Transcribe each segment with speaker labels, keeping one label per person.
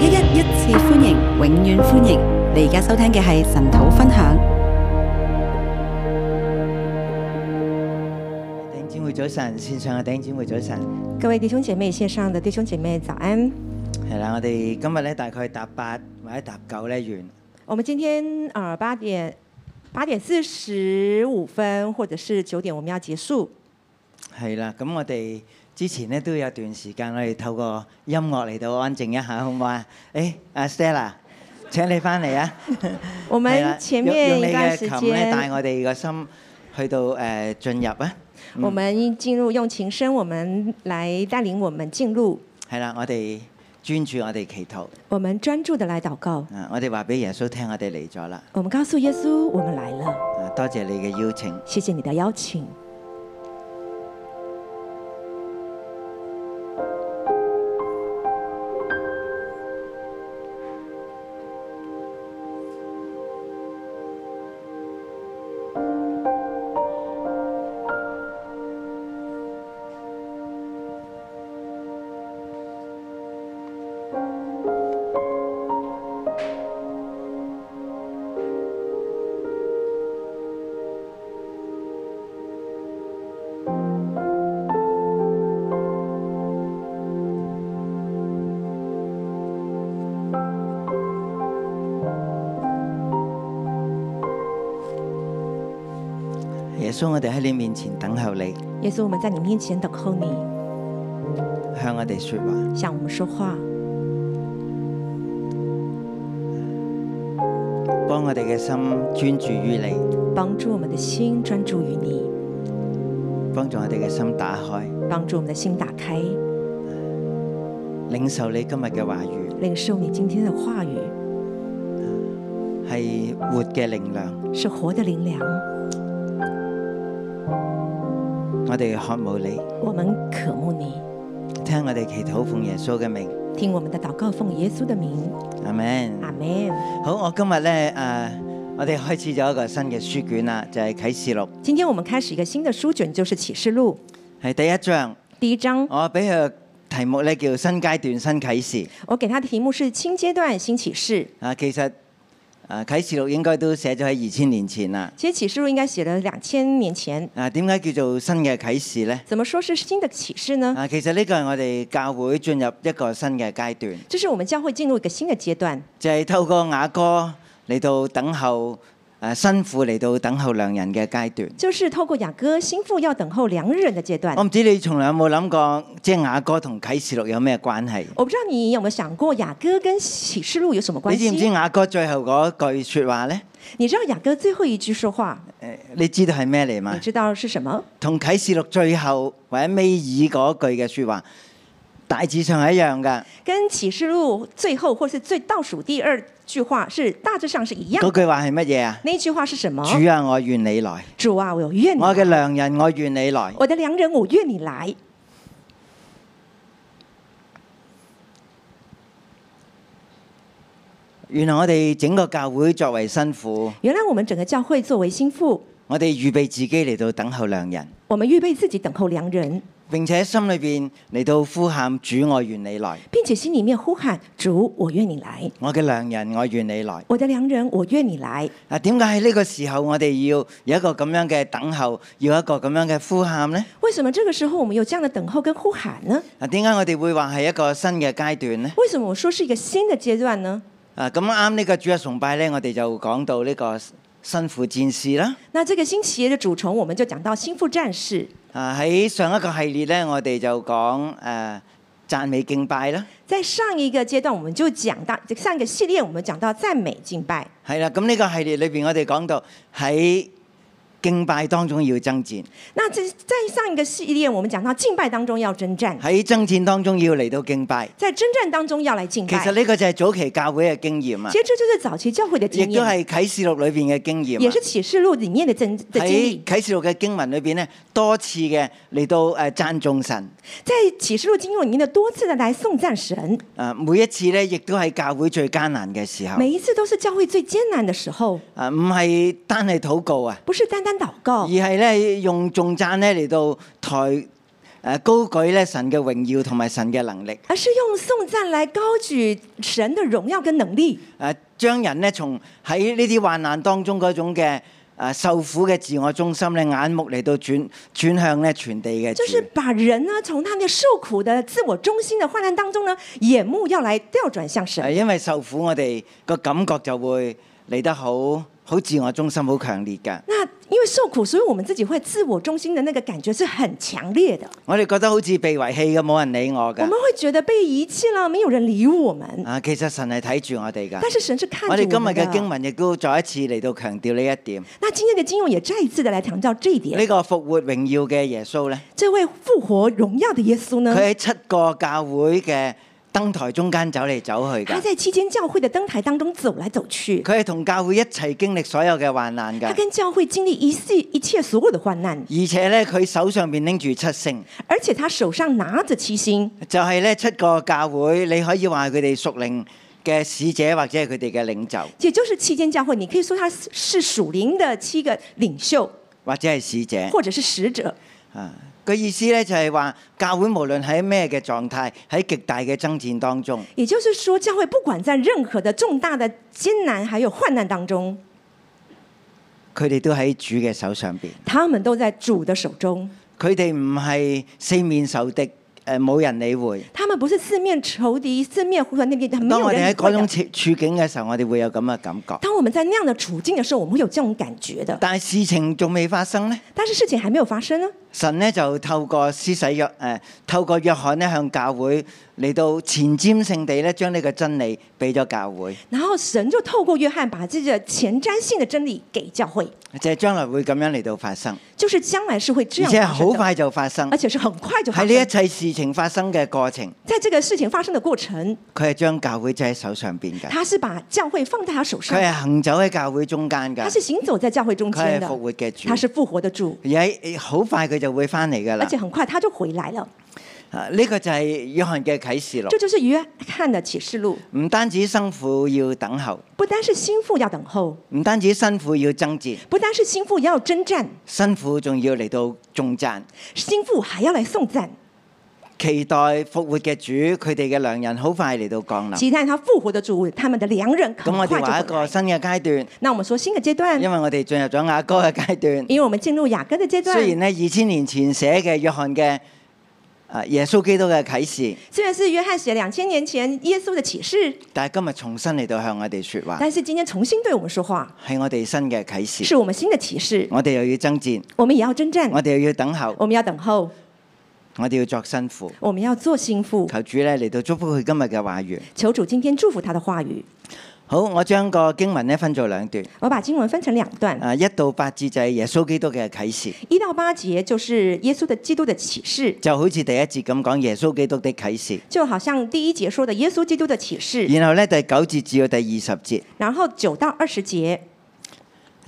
Speaker 1: 一一一次歡迎，永遠歡迎！你而家收聽嘅係神土分享。
Speaker 2: 弟兄姊妹早晨，線上嘅弟兄姊妹早晨，
Speaker 3: 各位弟兄姐妹，线上的弟兄姐妹，早安！
Speaker 2: 係啦，我哋今日咧大概搭八或者搭九咧完，
Speaker 3: 我们今天呃八点八点四十五分，或者是九点，我们要结束。
Speaker 2: 係啦，咁我哋之前咧都有段時間，我哋透過音樂嚟到安靜一下，好唔好啊？誒、阿 Stella，請你翻嚟啊！
Speaker 3: 我
Speaker 2: 我
Speaker 3: 们前面一段时
Speaker 2: 用你嘅琴咧帶
Speaker 3: 间，
Speaker 2: 我哋個心去到誒、呃、進入啊！
Speaker 3: 我們进入用琴声，我们来带领我们进入，
Speaker 2: 係啦，我哋專注我哋祈禱
Speaker 3: 我们专注的来祷告。
Speaker 2: 啊！我哋話俾耶穌聽，我哋嚟咗啦！
Speaker 3: 我们告诉耶稣，我们来了，
Speaker 2: 啊，多謝你嘅邀請。
Speaker 3: 谢谢你的邀请。
Speaker 2: 耶穌，我哋喺你面前等候你，
Speaker 3: 耶稣，我们在你面前等候你，
Speaker 2: 向我哋説話。
Speaker 3: 向我们说话，
Speaker 2: 幫我哋嘅心專注於你，
Speaker 3: 帮助我们的心专注于你，
Speaker 2: 幫助我哋嘅心打開，
Speaker 3: 帮助我们的心打开，
Speaker 2: 領受你今日嘅話語，
Speaker 3: 领受你今天的话语。
Speaker 2: 係活嘅靈糧。
Speaker 3: 是活的灵粮。
Speaker 2: 我哋渴慕你，
Speaker 3: 我们渴慕你，
Speaker 2: 聽我哋祈禱，奉耶穌嘅名，
Speaker 3: 听我们的祷告，奉耶稣的名，
Speaker 2: 阿門。
Speaker 3: 阿门。
Speaker 2: 好，我今日呢，诶、我哋開始咗一個新嘅書卷啦，就係啟示錄，
Speaker 3: 今天我们开始一个新的书卷，就是启示录
Speaker 2: 係第一章。
Speaker 3: 第一章。
Speaker 2: 我俾佢嘅題目呢，叫新階段新啟示。
Speaker 3: 我给它的题目是“新阶段新启示
Speaker 2: 啊，其實啊，启示錄應該都寫咗喺二千年前啦”。。
Speaker 3: 其实启示录应该写了两千年前。
Speaker 2: 啊，点解叫做新嘅啟示呢？
Speaker 3: 怎么说是新的启示呢？
Speaker 2: 啊，其實呢個係我哋教會進入一個新嘅階段。
Speaker 3: 这是我们教会进入一个新的阶段，
Speaker 2: 就係透過雅歌嚟到等候誒、呃辛苦嚟到等候良人嘅階段。
Speaker 3: 就是透过雅歌心腹要等候良人的阶段
Speaker 2: 我。唔知你從來有冇諗過，即係雅歌同啟示錄有咩關係？
Speaker 3: 我不知道你有没有想过雅歌跟启示录有什么关
Speaker 2: 你
Speaker 3: 系？
Speaker 2: 知唔知雅歌最後嗰句説話呢？
Speaker 3: 你知道雅歌最后一句说话，
Speaker 2: 誒你知道係咩嚟嘛
Speaker 3: 你？知道是什么？
Speaker 2: 同啟示錄最後或者尾爾嗰句嘅説話，大致上係一樣㗎。
Speaker 3: 跟启示录最后或是最倒数第二句话是大致上是一样
Speaker 2: 嗰
Speaker 3: 的。
Speaker 2: 句話係乜嘢啊？
Speaker 3: 那一句话是什么？
Speaker 2: 主啊，我願你來，
Speaker 3: 主啊，我有愿你
Speaker 2: 我嘅
Speaker 3: 来，
Speaker 2: 良人，我願你來。
Speaker 3: 我的良人，我愿你来。
Speaker 2: 原來我哋整個教會作為辛苦，
Speaker 3: 原来我们整个教会作为心腹，
Speaker 2: 我哋預備自己嚟到等候良人。
Speaker 3: 我们预备自己等候良人，
Speaker 2: 並且心裏邊嚟到呼喊主，我願你來，
Speaker 3: 并且心里面呼喊主，我愿你来，
Speaker 2: 我嘅良人，我願你來。
Speaker 3: 我的良人，我愿你来。
Speaker 2: 啊，點解喺呢個時候我哋要有一個咁樣嘅等候，要有一個咁樣嘅呼喊呢？
Speaker 3: 为什么这个时候我们有这样的等候跟呼喊呢？
Speaker 2: 啊，點解我哋會話係一個新嘅階段呢？
Speaker 3: 为什么我说是一个新的阶段呢？
Speaker 2: 啊，咁啱呢個主日崇拜呢，我哋就講到呢個辛苦戰士啦。
Speaker 3: 那这个新企业的主从，我们就讲到心腹战士。
Speaker 2: 啊，喺上一個系列呢，我哋就講誒、呃、讚美敬拜啦。
Speaker 3: 在上一个阶段，我们就讲到上一个系列，我们讲到赞美敬拜。
Speaker 2: 係啦，咁呢個系列裏邊，我哋講到喺敬拜當中要爭戰，
Speaker 3: 那这在上一个系列，我们讲到敬拜当中要征战，
Speaker 2: 喺爭戰當中要嚟到敬拜。
Speaker 3: 在征战当中要来敬
Speaker 2: 其
Speaker 3: 拜。
Speaker 2: 實呢個就係早期教會嘅經驗啊
Speaker 3: 其，實这就是早期教会的
Speaker 2: 亦
Speaker 3: 经
Speaker 2: 都
Speaker 3: 验，
Speaker 2: 係啟示錄裏邊嘅經驗
Speaker 3: 也
Speaker 2: 啊
Speaker 3: 是。启示录里面的真的经
Speaker 2: 喺
Speaker 3: 历。
Speaker 2: 啟示錄嘅經文裏邊咧，多次嘅嚟到誒讚頌神，
Speaker 3: 在启示录经文里面的多次的来颂赞神，
Speaker 2: 誒啊每一次咧，亦都係教會最艱難嘅時候。
Speaker 3: 每一次都是教会最艱難的時候，
Speaker 2: 誒唔係單係禱告啊，
Speaker 3: 哦不是单单祷
Speaker 2: 而
Speaker 3: 告，
Speaker 2: 係咧用頌讚咧嚟到抬誒高舉咧神嘅榮耀同埋神嘅能力，
Speaker 3: 而是用颂赞来高举神的荣耀跟能力，
Speaker 2: 誒將啊人咧從喺呢啲患難當中嗰種嘅誒受苦嘅自我中心咧眼目嚟到轉轉向咧全地嘅
Speaker 3: 就是
Speaker 2: 主。
Speaker 3: 把人呢从他那受苦的自我中心的患难当中呢，眼目要来调转向
Speaker 2: 誒，
Speaker 3: 神。
Speaker 2: 啊因為受苦我哋個感覺就會嚟得好好自我中心好強烈㗎。
Speaker 3: 那因为受苦，所以我们自己会自我中心的那个感觉是很强烈的，
Speaker 2: 我哋覺得好似被遺棄嘅，冇人理我
Speaker 3: 我
Speaker 2: 㗎
Speaker 3: 们。会觉得被遗弃了，没有人理我们。
Speaker 2: 啊，其實神係睇住我哋㗎。
Speaker 3: 但是神是看
Speaker 2: 我哋
Speaker 3: 着
Speaker 2: 今
Speaker 3: 我
Speaker 2: 日
Speaker 3: 们
Speaker 2: 嘅經
Speaker 3: 的。
Speaker 2: 文亦都再一次嚟到強調呢一點。
Speaker 3: 那今天的经文也再一次的来强调这一点。
Speaker 2: 呢個復活榮耀嘅耶穌呢，
Speaker 3: 哎这位复活荣耀的耶稣呢，
Speaker 2: 佢喺七個教會嘅燈台中間走嚟走去
Speaker 3: 他
Speaker 2: 㗎。
Speaker 3: 在期间教会的灯台当中走来走去，
Speaker 2: 佢係同教會一齊經歷所有嘅患難
Speaker 3: 他
Speaker 2: 㗎。
Speaker 3: 跟教会经历一系一切所有的患难，
Speaker 2: 而且呢，佢手上邊拎住七星，
Speaker 3: 而且他手上拿着七星，
Speaker 2: 就係呢七個教會，你可以話佢哋屬靈嘅使者或者係佢哋嘅領袖
Speaker 3: 也就是期间教会，你可以说他是属灵的七个领袖
Speaker 2: 或者係使者。
Speaker 3: 或者是使者。
Speaker 2: 啊，佢意思呢，就係話教會無論喺咩嘅狀態，喺極大嘅爭戰當中。
Speaker 3: 也就是说，教会不管在任何的重大的艰难还有患难当中，
Speaker 2: 佢哋都喺主嘅手上邊，
Speaker 3: 他们都在主的手中。
Speaker 2: 佢哋唔係四面受敵，誒、冇人理會。
Speaker 3: 他们不是四面仇敌、四面胡乱那边，没
Speaker 2: 當
Speaker 3: 有
Speaker 2: 我哋喺
Speaker 3: 人理
Speaker 2: 嗰
Speaker 3: 会
Speaker 2: 種
Speaker 3: 的。
Speaker 2: 處處境嘅時候，我哋會有咁嘅感覺。
Speaker 3: 当我们在那样的处境的时候，我们会有这种感觉的。
Speaker 2: 但係事情仲未發生呢，
Speaker 3: 但是事情还没有发生呢，
Speaker 2: 神呢就透過施洗約誒、呃透過約翰呢向教會嚟到前瞻性地咧，將呢個真理俾咗教會，
Speaker 3: 然后神就透过约翰把这个前瞻性的真理给教会，
Speaker 2: 就係、將來會咁樣嚟到發生，
Speaker 3: 就是将来是会这
Speaker 2: 而
Speaker 3: 样
Speaker 2: 且係
Speaker 3: 发
Speaker 2: 好
Speaker 3: 生的，
Speaker 2: 快就發生
Speaker 3: 而。且是很快就发
Speaker 2: 喺呢一
Speaker 3: 生。
Speaker 2: 切事情發生嘅過程，
Speaker 3: 在这个事情發生的過程，
Speaker 2: 佢係將教會就喺手上邊㗎，
Speaker 3: 他是把教會放在他手上
Speaker 2: 佢，係行走喺教會中間㗎
Speaker 3: 他。是行走在教會中
Speaker 2: 佢
Speaker 3: 間
Speaker 2: 係復
Speaker 3: 的，
Speaker 2: 活嘅主
Speaker 3: 他，是復活的主，
Speaker 2: 而喺好快佢就會翻嚟㗎
Speaker 3: 而
Speaker 2: 啦
Speaker 3: 且。很快他就回來了。
Speaker 2: 啊呢個就係約翰嘅啟示
Speaker 3: 這
Speaker 2: 錄，
Speaker 3: 就是約翰的啟示錄，
Speaker 2: 唔單止辛苦要等候，
Speaker 3: 不单是心腹要等候，
Speaker 2: 唔單止辛苦要爭戰，
Speaker 3: 不单是心腹要征戰，
Speaker 2: 辛苦仲要嚟到重讚。
Speaker 3: 心腹還要來送讚，
Speaker 2: 期待復活嘅主，佢哋嘅良人好快嚟到降臨。
Speaker 3: 期待他復活的主，他們的良人很
Speaker 2: 咁我
Speaker 3: 快
Speaker 2: 哋
Speaker 3: 就嗯
Speaker 2: 話一
Speaker 3: 回
Speaker 2: 個
Speaker 3: 來。
Speaker 2: 新嘅階段，
Speaker 3: 那我們說新的階段，
Speaker 2: 因為我哋進入咗雅歌嘅階段。
Speaker 3: 因為我們進入雅各的階段，
Speaker 2: 雖然呢二千年前寫嘅約翰嘅啊耶穌基督嘅啟示，
Speaker 3: 雖然是約翰寫兩千年前耶穌的啟示，
Speaker 2: 但係今日重新嚟到向我哋説話，
Speaker 3: 但是今天重新對我們說話，
Speaker 2: 係我哋新嘅啟示。
Speaker 3: 是嗯我們新的啟示。
Speaker 2: 我哋又要爭戰，
Speaker 3: 我們也要征戰，
Speaker 2: 我哋又要等候，
Speaker 3: 我們要等候，
Speaker 2: 我哋要作辛苦。
Speaker 3: 我們要做心腹，
Speaker 2: 求主咧嚟到祝福佢今日嘅話語。
Speaker 3: 求主今天祝福他的話語。
Speaker 2: 好，我將個經文咧分做兩段，
Speaker 3: 我把經文分成兩段，
Speaker 2: 啊一到八節就係耶穌基督嘅啟示，
Speaker 3: 一到八節就是耶穌的基督的啟示，
Speaker 2: 就好似第一節咁講耶穌基督的啟示。
Speaker 3: 就好像第一節說的耶穌基督的啟示，
Speaker 2: 然後咧第九節至到第二十節
Speaker 3: 然後九到二十節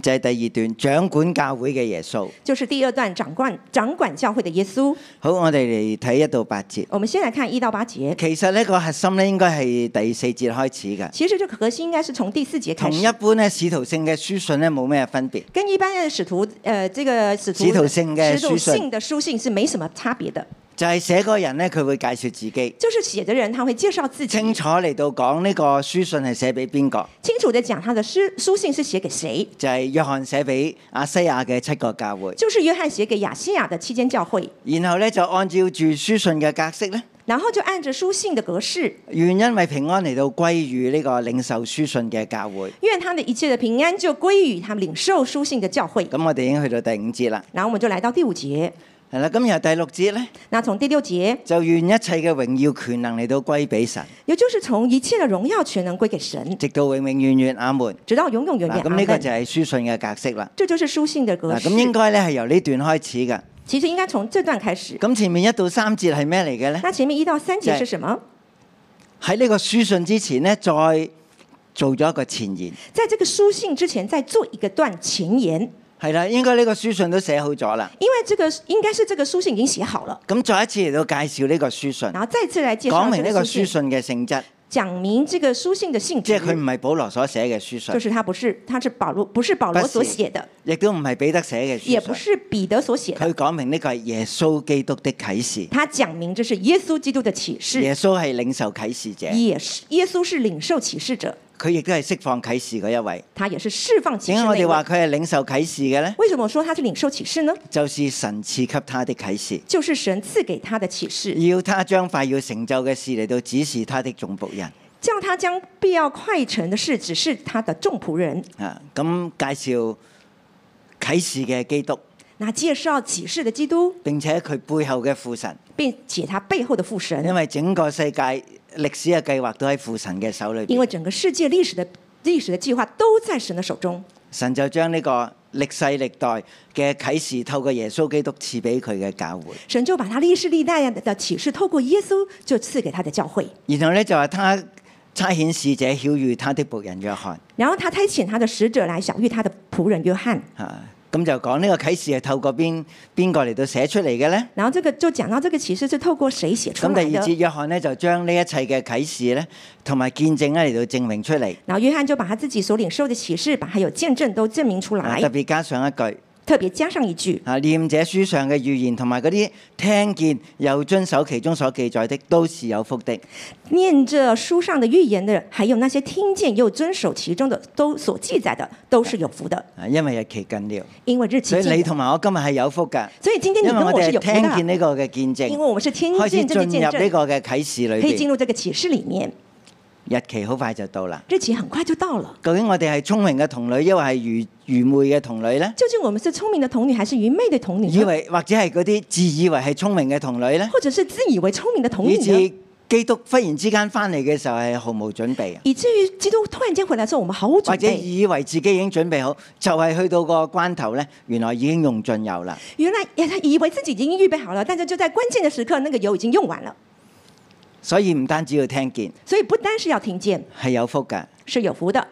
Speaker 2: 就係、第二段掌管教會嘅耶穌。
Speaker 3: 就是第二段掌管掌管教會的耶穌。
Speaker 2: 好，我哋嚟睇一到八節。
Speaker 3: 我們先來看一到八節，
Speaker 2: 其實呢個核心咧應該係第四節開始嘅，
Speaker 3: 其實這個核心應該是從第四節
Speaker 2: 同
Speaker 3: 開
Speaker 2: 一
Speaker 3: 始。
Speaker 2: 般咧使徒性嘅書信咧冇咩分別。
Speaker 3: 跟一般的使徒，呃，這個使徒
Speaker 2: 使徒性嘅
Speaker 3: 使徒
Speaker 2: 書信
Speaker 3: 性的書信是沒什麼差別的，
Speaker 2: 就係寫嗰個人咧，佢會介紹自己，
Speaker 3: 就是寫的人他會介紹自己，
Speaker 2: 清楚嚟到講呢個書信係寫俾邊個，
Speaker 3: 清楚的講他的書書信是寫給誰，
Speaker 2: 就係、約翰寫俾亞西亞嘅七個教會。
Speaker 3: 就是約翰寫給亞西亞的期間教會，
Speaker 2: 然後咧就按照住書信嘅格式咧，
Speaker 3: 然後就按着書信的格式，
Speaker 2: 願因為平安嚟到歸於呢個領受書信嘅教會。
Speaker 3: 願他的一切的平安就歸於他們領受書信的教會。
Speaker 2: 咁我哋已經去到第五節啦，
Speaker 3: 然後我們就來到第五節，
Speaker 2: 係啦。咁由第六節咧，
Speaker 3: 那從第六節，
Speaker 2: 就願一切嘅榮耀權能嚟到歸俾神，
Speaker 3: 也就是從一切的榮耀全能歸給神，
Speaker 2: 直到永永遠遠阿門。
Speaker 3: 直到永永遠
Speaker 2: 嗱，
Speaker 3: 遠。
Speaker 2: 咁呢個
Speaker 3: 阿門
Speaker 2: 就係書信嘅格式啦。
Speaker 3: 這就是書信的格
Speaker 2: 嗱，
Speaker 3: 式
Speaker 2: 咁。應該咧係由呢段開始嘅。
Speaker 3: 其實應該從這段開始。
Speaker 2: 咁前面一到三節係咩嚟嘅咧？
Speaker 3: 那前面一到三節
Speaker 2: 對
Speaker 3: 是什麼？
Speaker 2: 喺呢個書信之前咧，再做咗一個前言。
Speaker 3: 在這個書信之前，再做一個段前言，
Speaker 2: 係啦，應該呢個書信都寫好咗啦。
Speaker 3: 因為這個應該是這個書信已經寫好了，
Speaker 2: 咁再一次嚟到介紹呢個書信，
Speaker 3: 啊然後再次來介
Speaker 2: 講
Speaker 3: 紹
Speaker 2: 明
Speaker 3: 這
Speaker 2: 呢
Speaker 3: 個
Speaker 2: 個
Speaker 3: 書
Speaker 2: 書
Speaker 3: 信，
Speaker 2: 信嘅性質，
Speaker 3: 讲明这个书信的性
Speaker 2: 即
Speaker 3: 质
Speaker 2: 係，佢唔係保羅所寫嘅書信，
Speaker 3: 就是它不是它是保罗不是保罗所写的，
Speaker 2: 亦都唔係彼得寫嘅
Speaker 3: 也不
Speaker 2: 書信。
Speaker 3: 是彼得所写的，
Speaker 2: 佢講明呢個係耶穌基督的啟示，
Speaker 3: 他讲明这是耶稣基督的启示，
Speaker 2: 耶穌係領受啟示者，
Speaker 3: 也是耶稣是领受启示者，
Speaker 2: 佢亦都係釋放啟示嗰一位。
Speaker 3: 他也是释放启
Speaker 2: 點解
Speaker 3: 示那
Speaker 2: 我
Speaker 3: 一
Speaker 2: 哋話
Speaker 3: 位。
Speaker 2: 佢係領受啟示嘅呢？
Speaker 3: 为什么说他是领受启示呢？
Speaker 2: 就是神賜給他的啟示，
Speaker 3: 就是神赐给他的启示，
Speaker 2: 要他將快要成就嘅事嚟到指示他的眾仆人。
Speaker 3: 叫他将必要快成的事指示他的众仆人。
Speaker 2: 啊，咁介紹啟示嘅基督，
Speaker 3: 那介绍启示的基督，
Speaker 2: 並且佢背後嘅父神，
Speaker 3: 并且他背后的父神
Speaker 2: 因，為整個世界歷史嘅計劃都喺父神嘅手裏
Speaker 3: 因
Speaker 2: 邊。
Speaker 3: 为整个世界历史的历史的计划都在神的手中。
Speaker 2: 神就將呢個歷世歷代嘅啟示透過耶穌基督賜俾佢嘅教會，
Speaker 3: 神就把他历世历代的启示，透过耶稣就赐给他的教会。
Speaker 2: 然後呢，就話他差遣使者曉喻他的仆人約翰。
Speaker 3: 然后他差遣他的使者来小遇他的仆人约翰。
Speaker 2: 啊，咁就講呢個啟示係透過邊邊個嚟到寫出嚟嘅呢？
Speaker 3: 然后这个就讲到这个启示是透过谁写出
Speaker 2: 咁
Speaker 3: 来
Speaker 2: 第二節，
Speaker 3: 的。
Speaker 2: 約翰呢就將呢一切嘅啟示呢，同埋見證呢嚟到證明出嚟，
Speaker 3: 然后约翰就把他自己所领受的启示，把还有见证都证明出
Speaker 2: 啊
Speaker 3: 来
Speaker 2: 特，別加上一句
Speaker 3: 特别加上一句：
Speaker 2: 啊，念者書上嘅預言同埋嗰啲聽見又遵守其中所記載的，都是有福的。
Speaker 3: 念着书上的预言的，还有那些听见又遵守其中的，都所记载的，都是有福的，
Speaker 2: 啊，因為日期近了，
Speaker 3: 因为日
Speaker 2: 所
Speaker 3: 期
Speaker 2: 以你
Speaker 3: 近了。
Speaker 2: 同埋我今日係有福㗎，
Speaker 3: 所以今天你
Speaker 2: 因為
Speaker 3: 跟
Speaker 2: 我
Speaker 3: 我是
Speaker 2: 哋
Speaker 3: 有
Speaker 2: 係
Speaker 3: 福
Speaker 2: 聽見
Speaker 3: 的，
Speaker 2: 呢個嘅見
Speaker 3: 因
Speaker 2: 證，
Speaker 3: 為我们是听
Speaker 2: 開始
Speaker 3: 见这个
Speaker 2: 進
Speaker 3: 见
Speaker 2: 入呢
Speaker 3: 證，
Speaker 2: 個嘅啟示裏
Speaker 3: 可以进
Speaker 2: 邊，
Speaker 3: 入这个启示里面。
Speaker 2: 日期好快就到啦。
Speaker 3: 日期很快就到了。
Speaker 2: 究竟我哋係聰明嘅童女，抑或係愚愚昧嘅童女呢？
Speaker 3: 究竟我们是聪明的童女，还是愚昧的童女呢？
Speaker 2: 以為或者係嗰啲自以為係聰明嘅童女呢？
Speaker 3: 或者是自以为聪明的童女
Speaker 2: 以
Speaker 3: 呢？
Speaker 2: 至基督忽然之間翻嚟嘅時候係毫無準備，
Speaker 3: 以至于基督突然间回来之后，我们毫无
Speaker 2: 或
Speaker 3: 准
Speaker 2: 者
Speaker 3: 备。
Speaker 2: 以為自己已經準備好，就係、去到個關頭呢，原來已經用盡油啦。
Speaker 3: 原来哎他以为自己已经预备好了，但是就在关键的时刻，那个油已经用完了。
Speaker 2: 所以唔單止要聽見，
Speaker 3: 所以不单是要听见，
Speaker 2: 係有福㗎，
Speaker 3: 是有福的，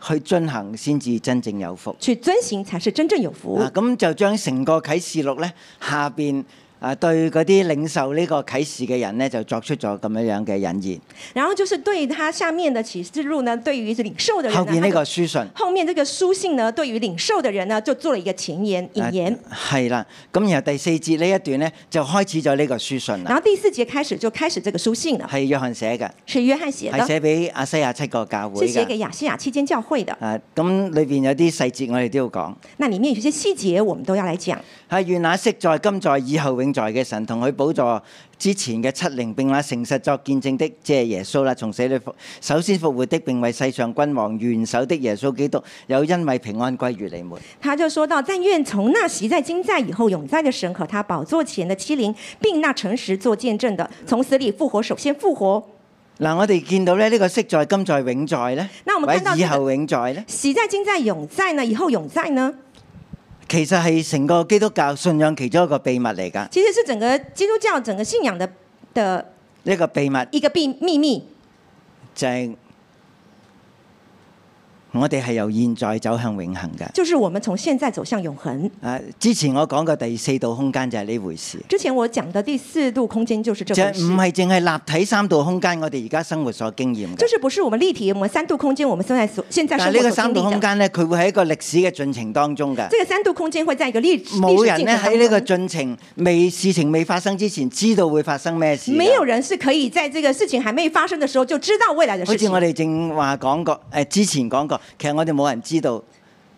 Speaker 2: 去遵行先至真正有福。
Speaker 3: 去遵行才是真正有福。
Speaker 2: 啊，咁就將成個啟示錄呢，下邊啊對嗰啲領受呢個啟示嘅人呢，就作出咗咁樣樣嘅引言。
Speaker 3: 然后就是对他下面的启示录呢，对于领受的人
Speaker 2: 後
Speaker 3: 呢，
Speaker 2: 邊呢
Speaker 3: 他
Speaker 2: 個
Speaker 3: 就
Speaker 2: 書信。
Speaker 3: 后面这个书信呢，对于领受的人呢，就做了一个前言引言。
Speaker 2: 啊係啦，咁然後第四節呢一段呢，就開始咗呢個書信
Speaker 3: 然
Speaker 2: 啦，
Speaker 3: 后第四节开始就开始这个书信了，
Speaker 2: 係約翰寫嘅，
Speaker 3: 是约翰写的
Speaker 2: 係，寫俾亞西亞七個教
Speaker 3: 是
Speaker 2: 會
Speaker 3: 写
Speaker 2: 嘅。
Speaker 3: 给亚细亚期间教会的。
Speaker 2: 啊，咁裏邊有啲細節我哋都要講。
Speaker 3: 那里面有些细节我们都要来讲。
Speaker 2: 係願那昔在、今在、以後永在嘅神同佢寶座之前嘅七靈，並那誠實作見證的，即係耶穌啦，從死裏復，首先復活的，並為世上君王元首的耶穌基督，有因為平安歸於你們。
Speaker 3: 他就说到：“但愿从那习在、今在、以后永在的神和他宝座前的七灵，并那诚实做见证的，从死里复活，首先复活。
Speaker 2: 嗱，我哋見到咧呢個昔在、今在、永在咧，
Speaker 3: 那我
Speaker 2: 或
Speaker 3: 們看
Speaker 2: 者
Speaker 3: 到
Speaker 2: 以
Speaker 3: 這個
Speaker 2: 後永在咧，
Speaker 3: 习在、今在、永在呢？以后永在呢？
Speaker 2: 其實係成個基督教信仰其中一個秘密嚟㗎。
Speaker 3: 其实是整个基督教整个信仰的的
Speaker 2: 呢個秘密
Speaker 3: 一个秘秘密，
Speaker 2: 就係我哋係由現在走向永恆㗎。
Speaker 3: 就是我们从现在走向永恒。
Speaker 2: 啊！之前我講過第四度空間就係呢回事，
Speaker 3: 之前我讲的第四度空间就是这
Speaker 2: 就
Speaker 3: 回
Speaker 2: 係唔
Speaker 3: 事。”
Speaker 2: 係淨係立體三度空間，我哋而家生活所經驗
Speaker 3: 就
Speaker 2: 嘅。
Speaker 3: 是不是我们立体，我们三度空间，我们现在所现在
Speaker 2: 但
Speaker 3: 生
Speaker 2: 係呢
Speaker 3: 活
Speaker 2: 個
Speaker 3: 所
Speaker 2: 三
Speaker 3: 经
Speaker 2: 度空
Speaker 3: 历的，
Speaker 2: 間呢，佢會喺一個歷史嘅進程當中㗎。
Speaker 3: 这个三度空间会在一个历史
Speaker 2: 冇
Speaker 3: 历史
Speaker 2: 人
Speaker 3: 进
Speaker 2: 呢
Speaker 3: 程
Speaker 2: 喺呢個
Speaker 3: 当
Speaker 2: 進
Speaker 3: 中，
Speaker 2: 程未事情未發生之前，知道會發生咩事㗎。
Speaker 3: 没有人是可以在这个事情还没发生的时候就知道未来的
Speaker 2: 好
Speaker 3: 事
Speaker 2: 似
Speaker 3: 情
Speaker 2: 我。哋正話講過，誒、之前講過，其實我哋冇人知道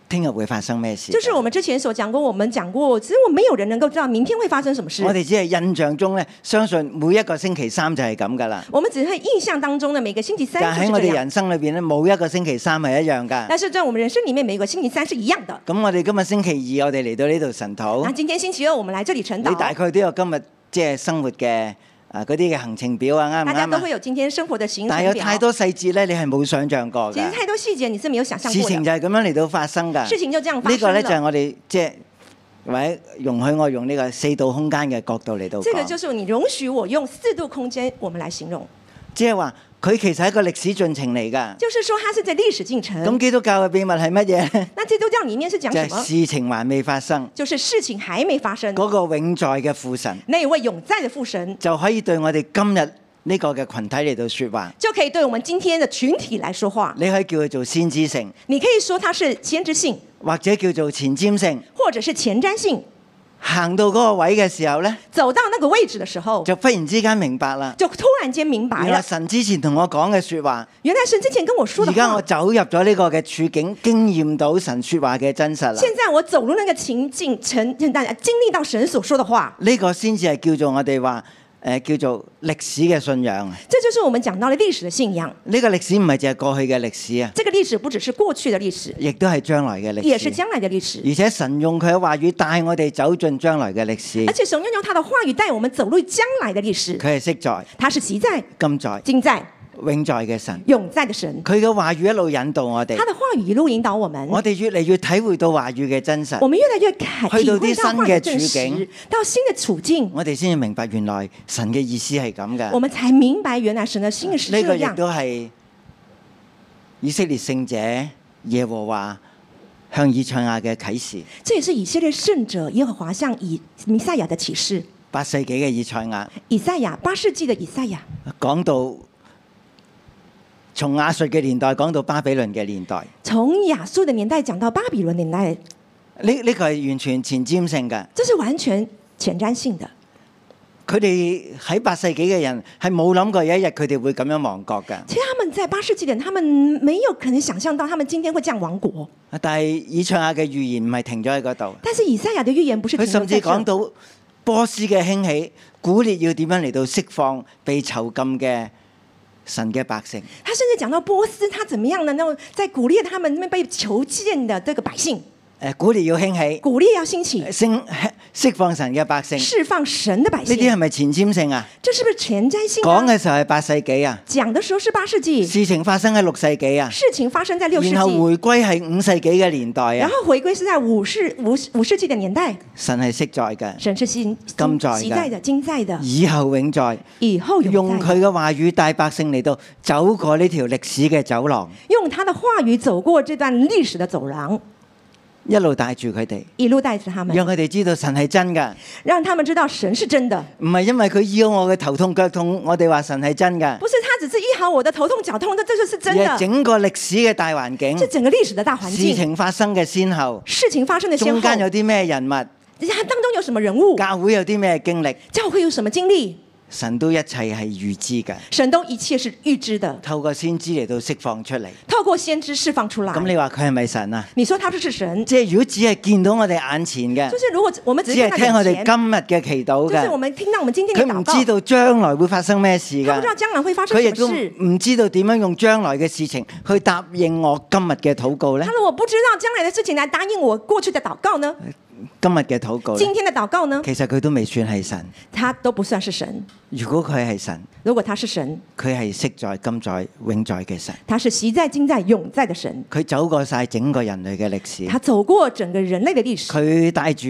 Speaker 2: 聽日會發生咩事㗎。
Speaker 3: 就是我们之前所讲过，我们讲过，其实我们没有人能够知道明天会发生什么事
Speaker 2: 我。哋只係印象中呢，相信每一個星期三就係咁㗎啦。
Speaker 3: 我们只会印象当中的每个星期三
Speaker 2: 但
Speaker 3: 就
Speaker 2: 喺
Speaker 3: 是
Speaker 2: 我
Speaker 3: 这
Speaker 2: 哋
Speaker 3: 样，
Speaker 2: 人生裏邊呢，冇一個星期三係一樣㗎。
Speaker 3: 但是在我们人生里面每个星期三是一样的。
Speaker 2: 咁我哋今日星期二，我哋嚟到呢度神
Speaker 3: 那
Speaker 2: 土，
Speaker 3: 今天星期二我们来这里晨
Speaker 2: 你大
Speaker 3: 祷，
Speaker 2: 概都有今日即係生活嘅啊嗰啲嘅行程表啊，啱唔
Speaker 3: 大家都
Speaker 2: 啱
Speaker 3: 会
Speaker 2: 啊？
Speaker 3: 有今天生活的行
Speaker 2: 但係
Speaker 3: 程
Speaker 2: 有太
Speaker 3: 表。
Speaker 2: 多細節咧，你係冇想像過
Speaker 3: 啊其实
Speaker 2: 㗎。
Speaker 3: 太多细节你是没有想象
Speaker 2: 事
Speaker 3: 过
Speaker 2: 情就
Speaker 3: 的，
Speaker 2: 係咁樣嚟到發生㗎。
Speaker 3: 事情就这样发
Speaker 2: 呢個
Speaker 3: 生
Speaker 2: 咧就係
Speaker 3: 了。
Speaker 2: 我哋即係或者容許我用呢個四度空間嘅角度嚟到
Speaker 3: 这个就
Speaker 2: 講，
Speaker 3: 是你容许我用四度空间我们来形容，
Speaker 2: 即係話佢其實係一個歷史進程嚟㗎。
Speaker 3: 就是说它是在历史进
Speaker 2: 咁
Speaker 3: 程。
Speaker 2: 基督教嘅秘密係乜嘢 咧？
Speaker 3: 那基督教里面是讲
Speaker 2: 就
Speaker 3: 什
Speaker 2: 係
Speaker 3: 么？
Speaker 2: 事情還未發生，
Speaker 3: 就是事情还没发生，
Speaker 2: 嗰個永在嘅父神
Speaker 3: 那一位永在的父神
Speaker 2: 就可以對我哋今日呢個嘅群體嚟到說話。
Speaker 3: 就可以对我们今天的群体来说话。
Speaker 2: 你可以叫佢做先知性，
Speaker 3: 你可以说它是先知性，
Speaker 2: 或者叫做前瞻性。
Speaker 3: 或者是前瞻性。
Speaker 2: 行到嗰個位嘅時候呢，
Speaker 3: 走到那个位置的时候，
Speaker 2: 就忽然之間明白啦。
Speaker 3: 就突然间明白
Speaker 2: 原來
Speaker 3: 了，
Speaker 2: 神之前同我講嘅說話，
Speaker 3: 原来神之前跟我说的
Speaker 2: 而家我
Speaker 3: 话，
Speaker 2: 走入咗呢個嘅處境，經驗到神说話嘅真實啦。
Speaker 3: 现在我走入那个情境，承大家经历到神所说的话，
Speaker 2: 呢個先至係叫做我哋話诶叫做歷史嘅信仰。啊
Speaker 3: 这就是我们讲到了历史的信仰。
Speaker 2: 呢、個歷史唔係淨係過去嘅歷史啊，
Speaker 3: 这个历史不只是过去的历史，
Speaker 2: 亦都係將來嘅
Speaker 3: 也是
Speaker 2: 歷史。
Speaker 3: 将来的历史。
Speaker 2: 而且神用佢嘅話語帶我哋走進將來嘅歷史
Speaker 3: 而，且神要用他的話語帶我們走入將來的歷史，
Speaker 2: 佢係昔在、
Speaker 3: 他是昔在、
Speaker 2: 今在、
Speaker 3: 今在、
Speaker 2: 永在嘅神。
Speaker 3: 永在的神，
Speaker 2: 佢嘅話語一路引導我哋
Speaker 3: 他，的話語一路引導我們，
Speaker 2: 我哋越嚟越體會到話語嘅真
Speaker 3: 我
Speaker 2: 實，
Speaker 3: 們越來越感
Speaker 2: 去
Speaker 3: 體
Speaker 2: 到啲
Speaker 3: 會到
Speaker 2: 新
Speaker 3: 話
Speaker 2: 嘅
Speaker 3: 語真
Speaker 2: 處境
Speaker 3: 實，到新的處境，
Speaker 2: 我哋先至明白原來神嘅意思係咁嘅。
Speaker 3: 我們才明白原來神的心意是
Speaker 2: 呢
Speaker 3: 這
Speaker 2: 個亦
Speaker 3: 樣。
Speaker 2: 都係以色列聖者耶和華向以賽亞嘅啟示。
Speaker 3: 這也是以色列聖者耶和華向以弥赛亞的啟示。
Speaker 2: 八世紀嘅以賽亞
Speaker 3: 以赛亞八世紀的以赛亞
Speaker 2: 講到從亞述嘅年代講到巴比倫嘅年代，
Speaker 3: 從亞述的年代講到巴比倫年代，
Speaker 2: 呢呢、個係完全前瞻性嘅。
Speaker 3: 這是完全前瞻性的。
Speaker 2: 佢哋喺八世紀嘅人係冇諗過有一日佢哋會咁樣亡國嘅。
Speaker 3: 其實他們在八世紀的人，他們沒有可能想象到他們今天會這樣亡國。
Speaker 2: 但係以賽亞嘅預言唔係停咗喺嗰度，
Speaker 3: 但是以赛亚的预言不是
Speaker 2: 佢
Speaker 3: 停留
Speaker 2: 甚至
Speaker 3: 在
Speaker 2: 講
Speaker 3: 這，
Speaker 2: 到波斯嘅興起，古列要點樣嚟到釋放被囚禁嘅神嘅百姓。
Speaker 3: 他甚至讲到波斯他怎么样呢？那在鼓励他们那边被囚禁的这个百姓，
Speaker 2: 誒古列要興起，
Speaker 3: 鼓励要兴起，
Speaker 2: 釋釋放神嘅百姓，呢
Speaker 3: 释放神的百姓。
Speaker 2: 啲係咪前瞻性啊？
Speaker 3: 这是不是前瞻性、
Speaker 2: 講
Speaker 3: 啊？
Speaker 2: 嘅時候係八世紀啊，
Speaker 3: 讲的时候是八世纪，
Speaker 2: 事情發生喺六世紀啊，
Speaker 3: 事情发生在六世纪，
Speaker 2: 然後回歸係五世紀嘅年代
Speaker 3: 啊然
Speaker 2: 啊，
Speaker 3: 后回归是在五世五五世纪的年代。
Speaker 2: 神係昔在嘅，
Speaker 3: 神是新
Speaker 2: 今在的
Speaker 3: 期待的、今在的、
Speaker 2: 以後永在，
Speaker 3: 以后
Speaker 2: 用
Speaker 3: 哦永在的
Speaker 2: 佢嘅話語帶百姓嚟到走過呢條歷史嘅走廊，
Speaker 3: 用他的话语走过这段历史的走廊，
Speaker 2: 一路帶住佢哋，
Speaker 3: 一路带着他们，
Speaker 2: 讓佢哋知道神係真㗎，
Speaker 3: 让他们知道神是真的，
Speaker 2: 唔係因為佢醫好我嘅頭痛腳痛，我哋話神係真㗎，
Speaker 3: 不是他只是医好我的头痛脚痛，这这就是
Speaker 2: 而
Speaker 3: 真的
Speaker 2: 係。整個歷史嘅大環境
Speaker 3: 这，整个历史的大环
Speaker 2: 事
Speaker 3: 境，
Speaker 2: 情發生嘅先後。
Speaker 3: 事情发生的先
Speaker 2: 中
Speaker 3: 后，
Speaker 2: 間有啲咩人物，
Speaker 3: 它当中有什么人物，
Speaker 2: 教會有啲咩經歷，
Speaker 3: 教会有什么经历，
Speaker 2: 神都一切係預知嘅，
Speaker 3: 神都一切是预知的，
Speaker 2: 透過先知嚟到釋放出嚟。
Speaker 3: 透过先知释放出来。
Speaker 2: 咁你話佢係咪神啊？
Speaker 3: 你说他不是神，
Speaker 2: 即係如果只係見到我哋眼前嘅
Speaker 3: 就，是如果我们只
Speaker 2: 只
Speaker 3: 是
Speaker 2: 係聽
Speaker 3: 看到
Speaker 2: 我
Speaker 3: 眼
Speaker 2: 哋
Speaker 3: 前，
Speaker 2: 今日嘅祈禱
Speaker 3: 就是我
Speaker 2: 嘅，
Speaker 3: 们听到我们今天的
Speaker 2: 佢唔
Speaker 3: 祷
Speaker 2: 知
Speaker 3: 告，
Speaker 2: 道將來會發生咩事
Speaker 3: 他不知道
Speaker 2: 㗎。
Speaker 3: 将来会发生
Speaker 2: 佢亦
Speaker 3: 什
Speaker 2: 都
Speaker 3: 么事。
Speaker 2: 唔知道點樣用將來嘅事情去答應我今日嘅禱告呢
Speaker 3: 他。如果不知道将来的事情来答应我过去的祷告呢，
Speaker 2: 哎今日嘅禱告呢
Speaker 3: 今天的祷告呢，
Speaker 2: 其實佢都未算係神。
Speaker 3: 他都不算是神。
Speaker 2: 如果佢係神，
Speaker 3: 如果他是神，
Speaker 2: 佢係昔在、今在、永在嘅神。
Speaker 3: 他是习在、今在、永在的神，
Speaker 2: 佢走過晒整個人類嘅歷史。
Speaker 3: 他走过整个人类的历史，
Speaker 2: 佢帶住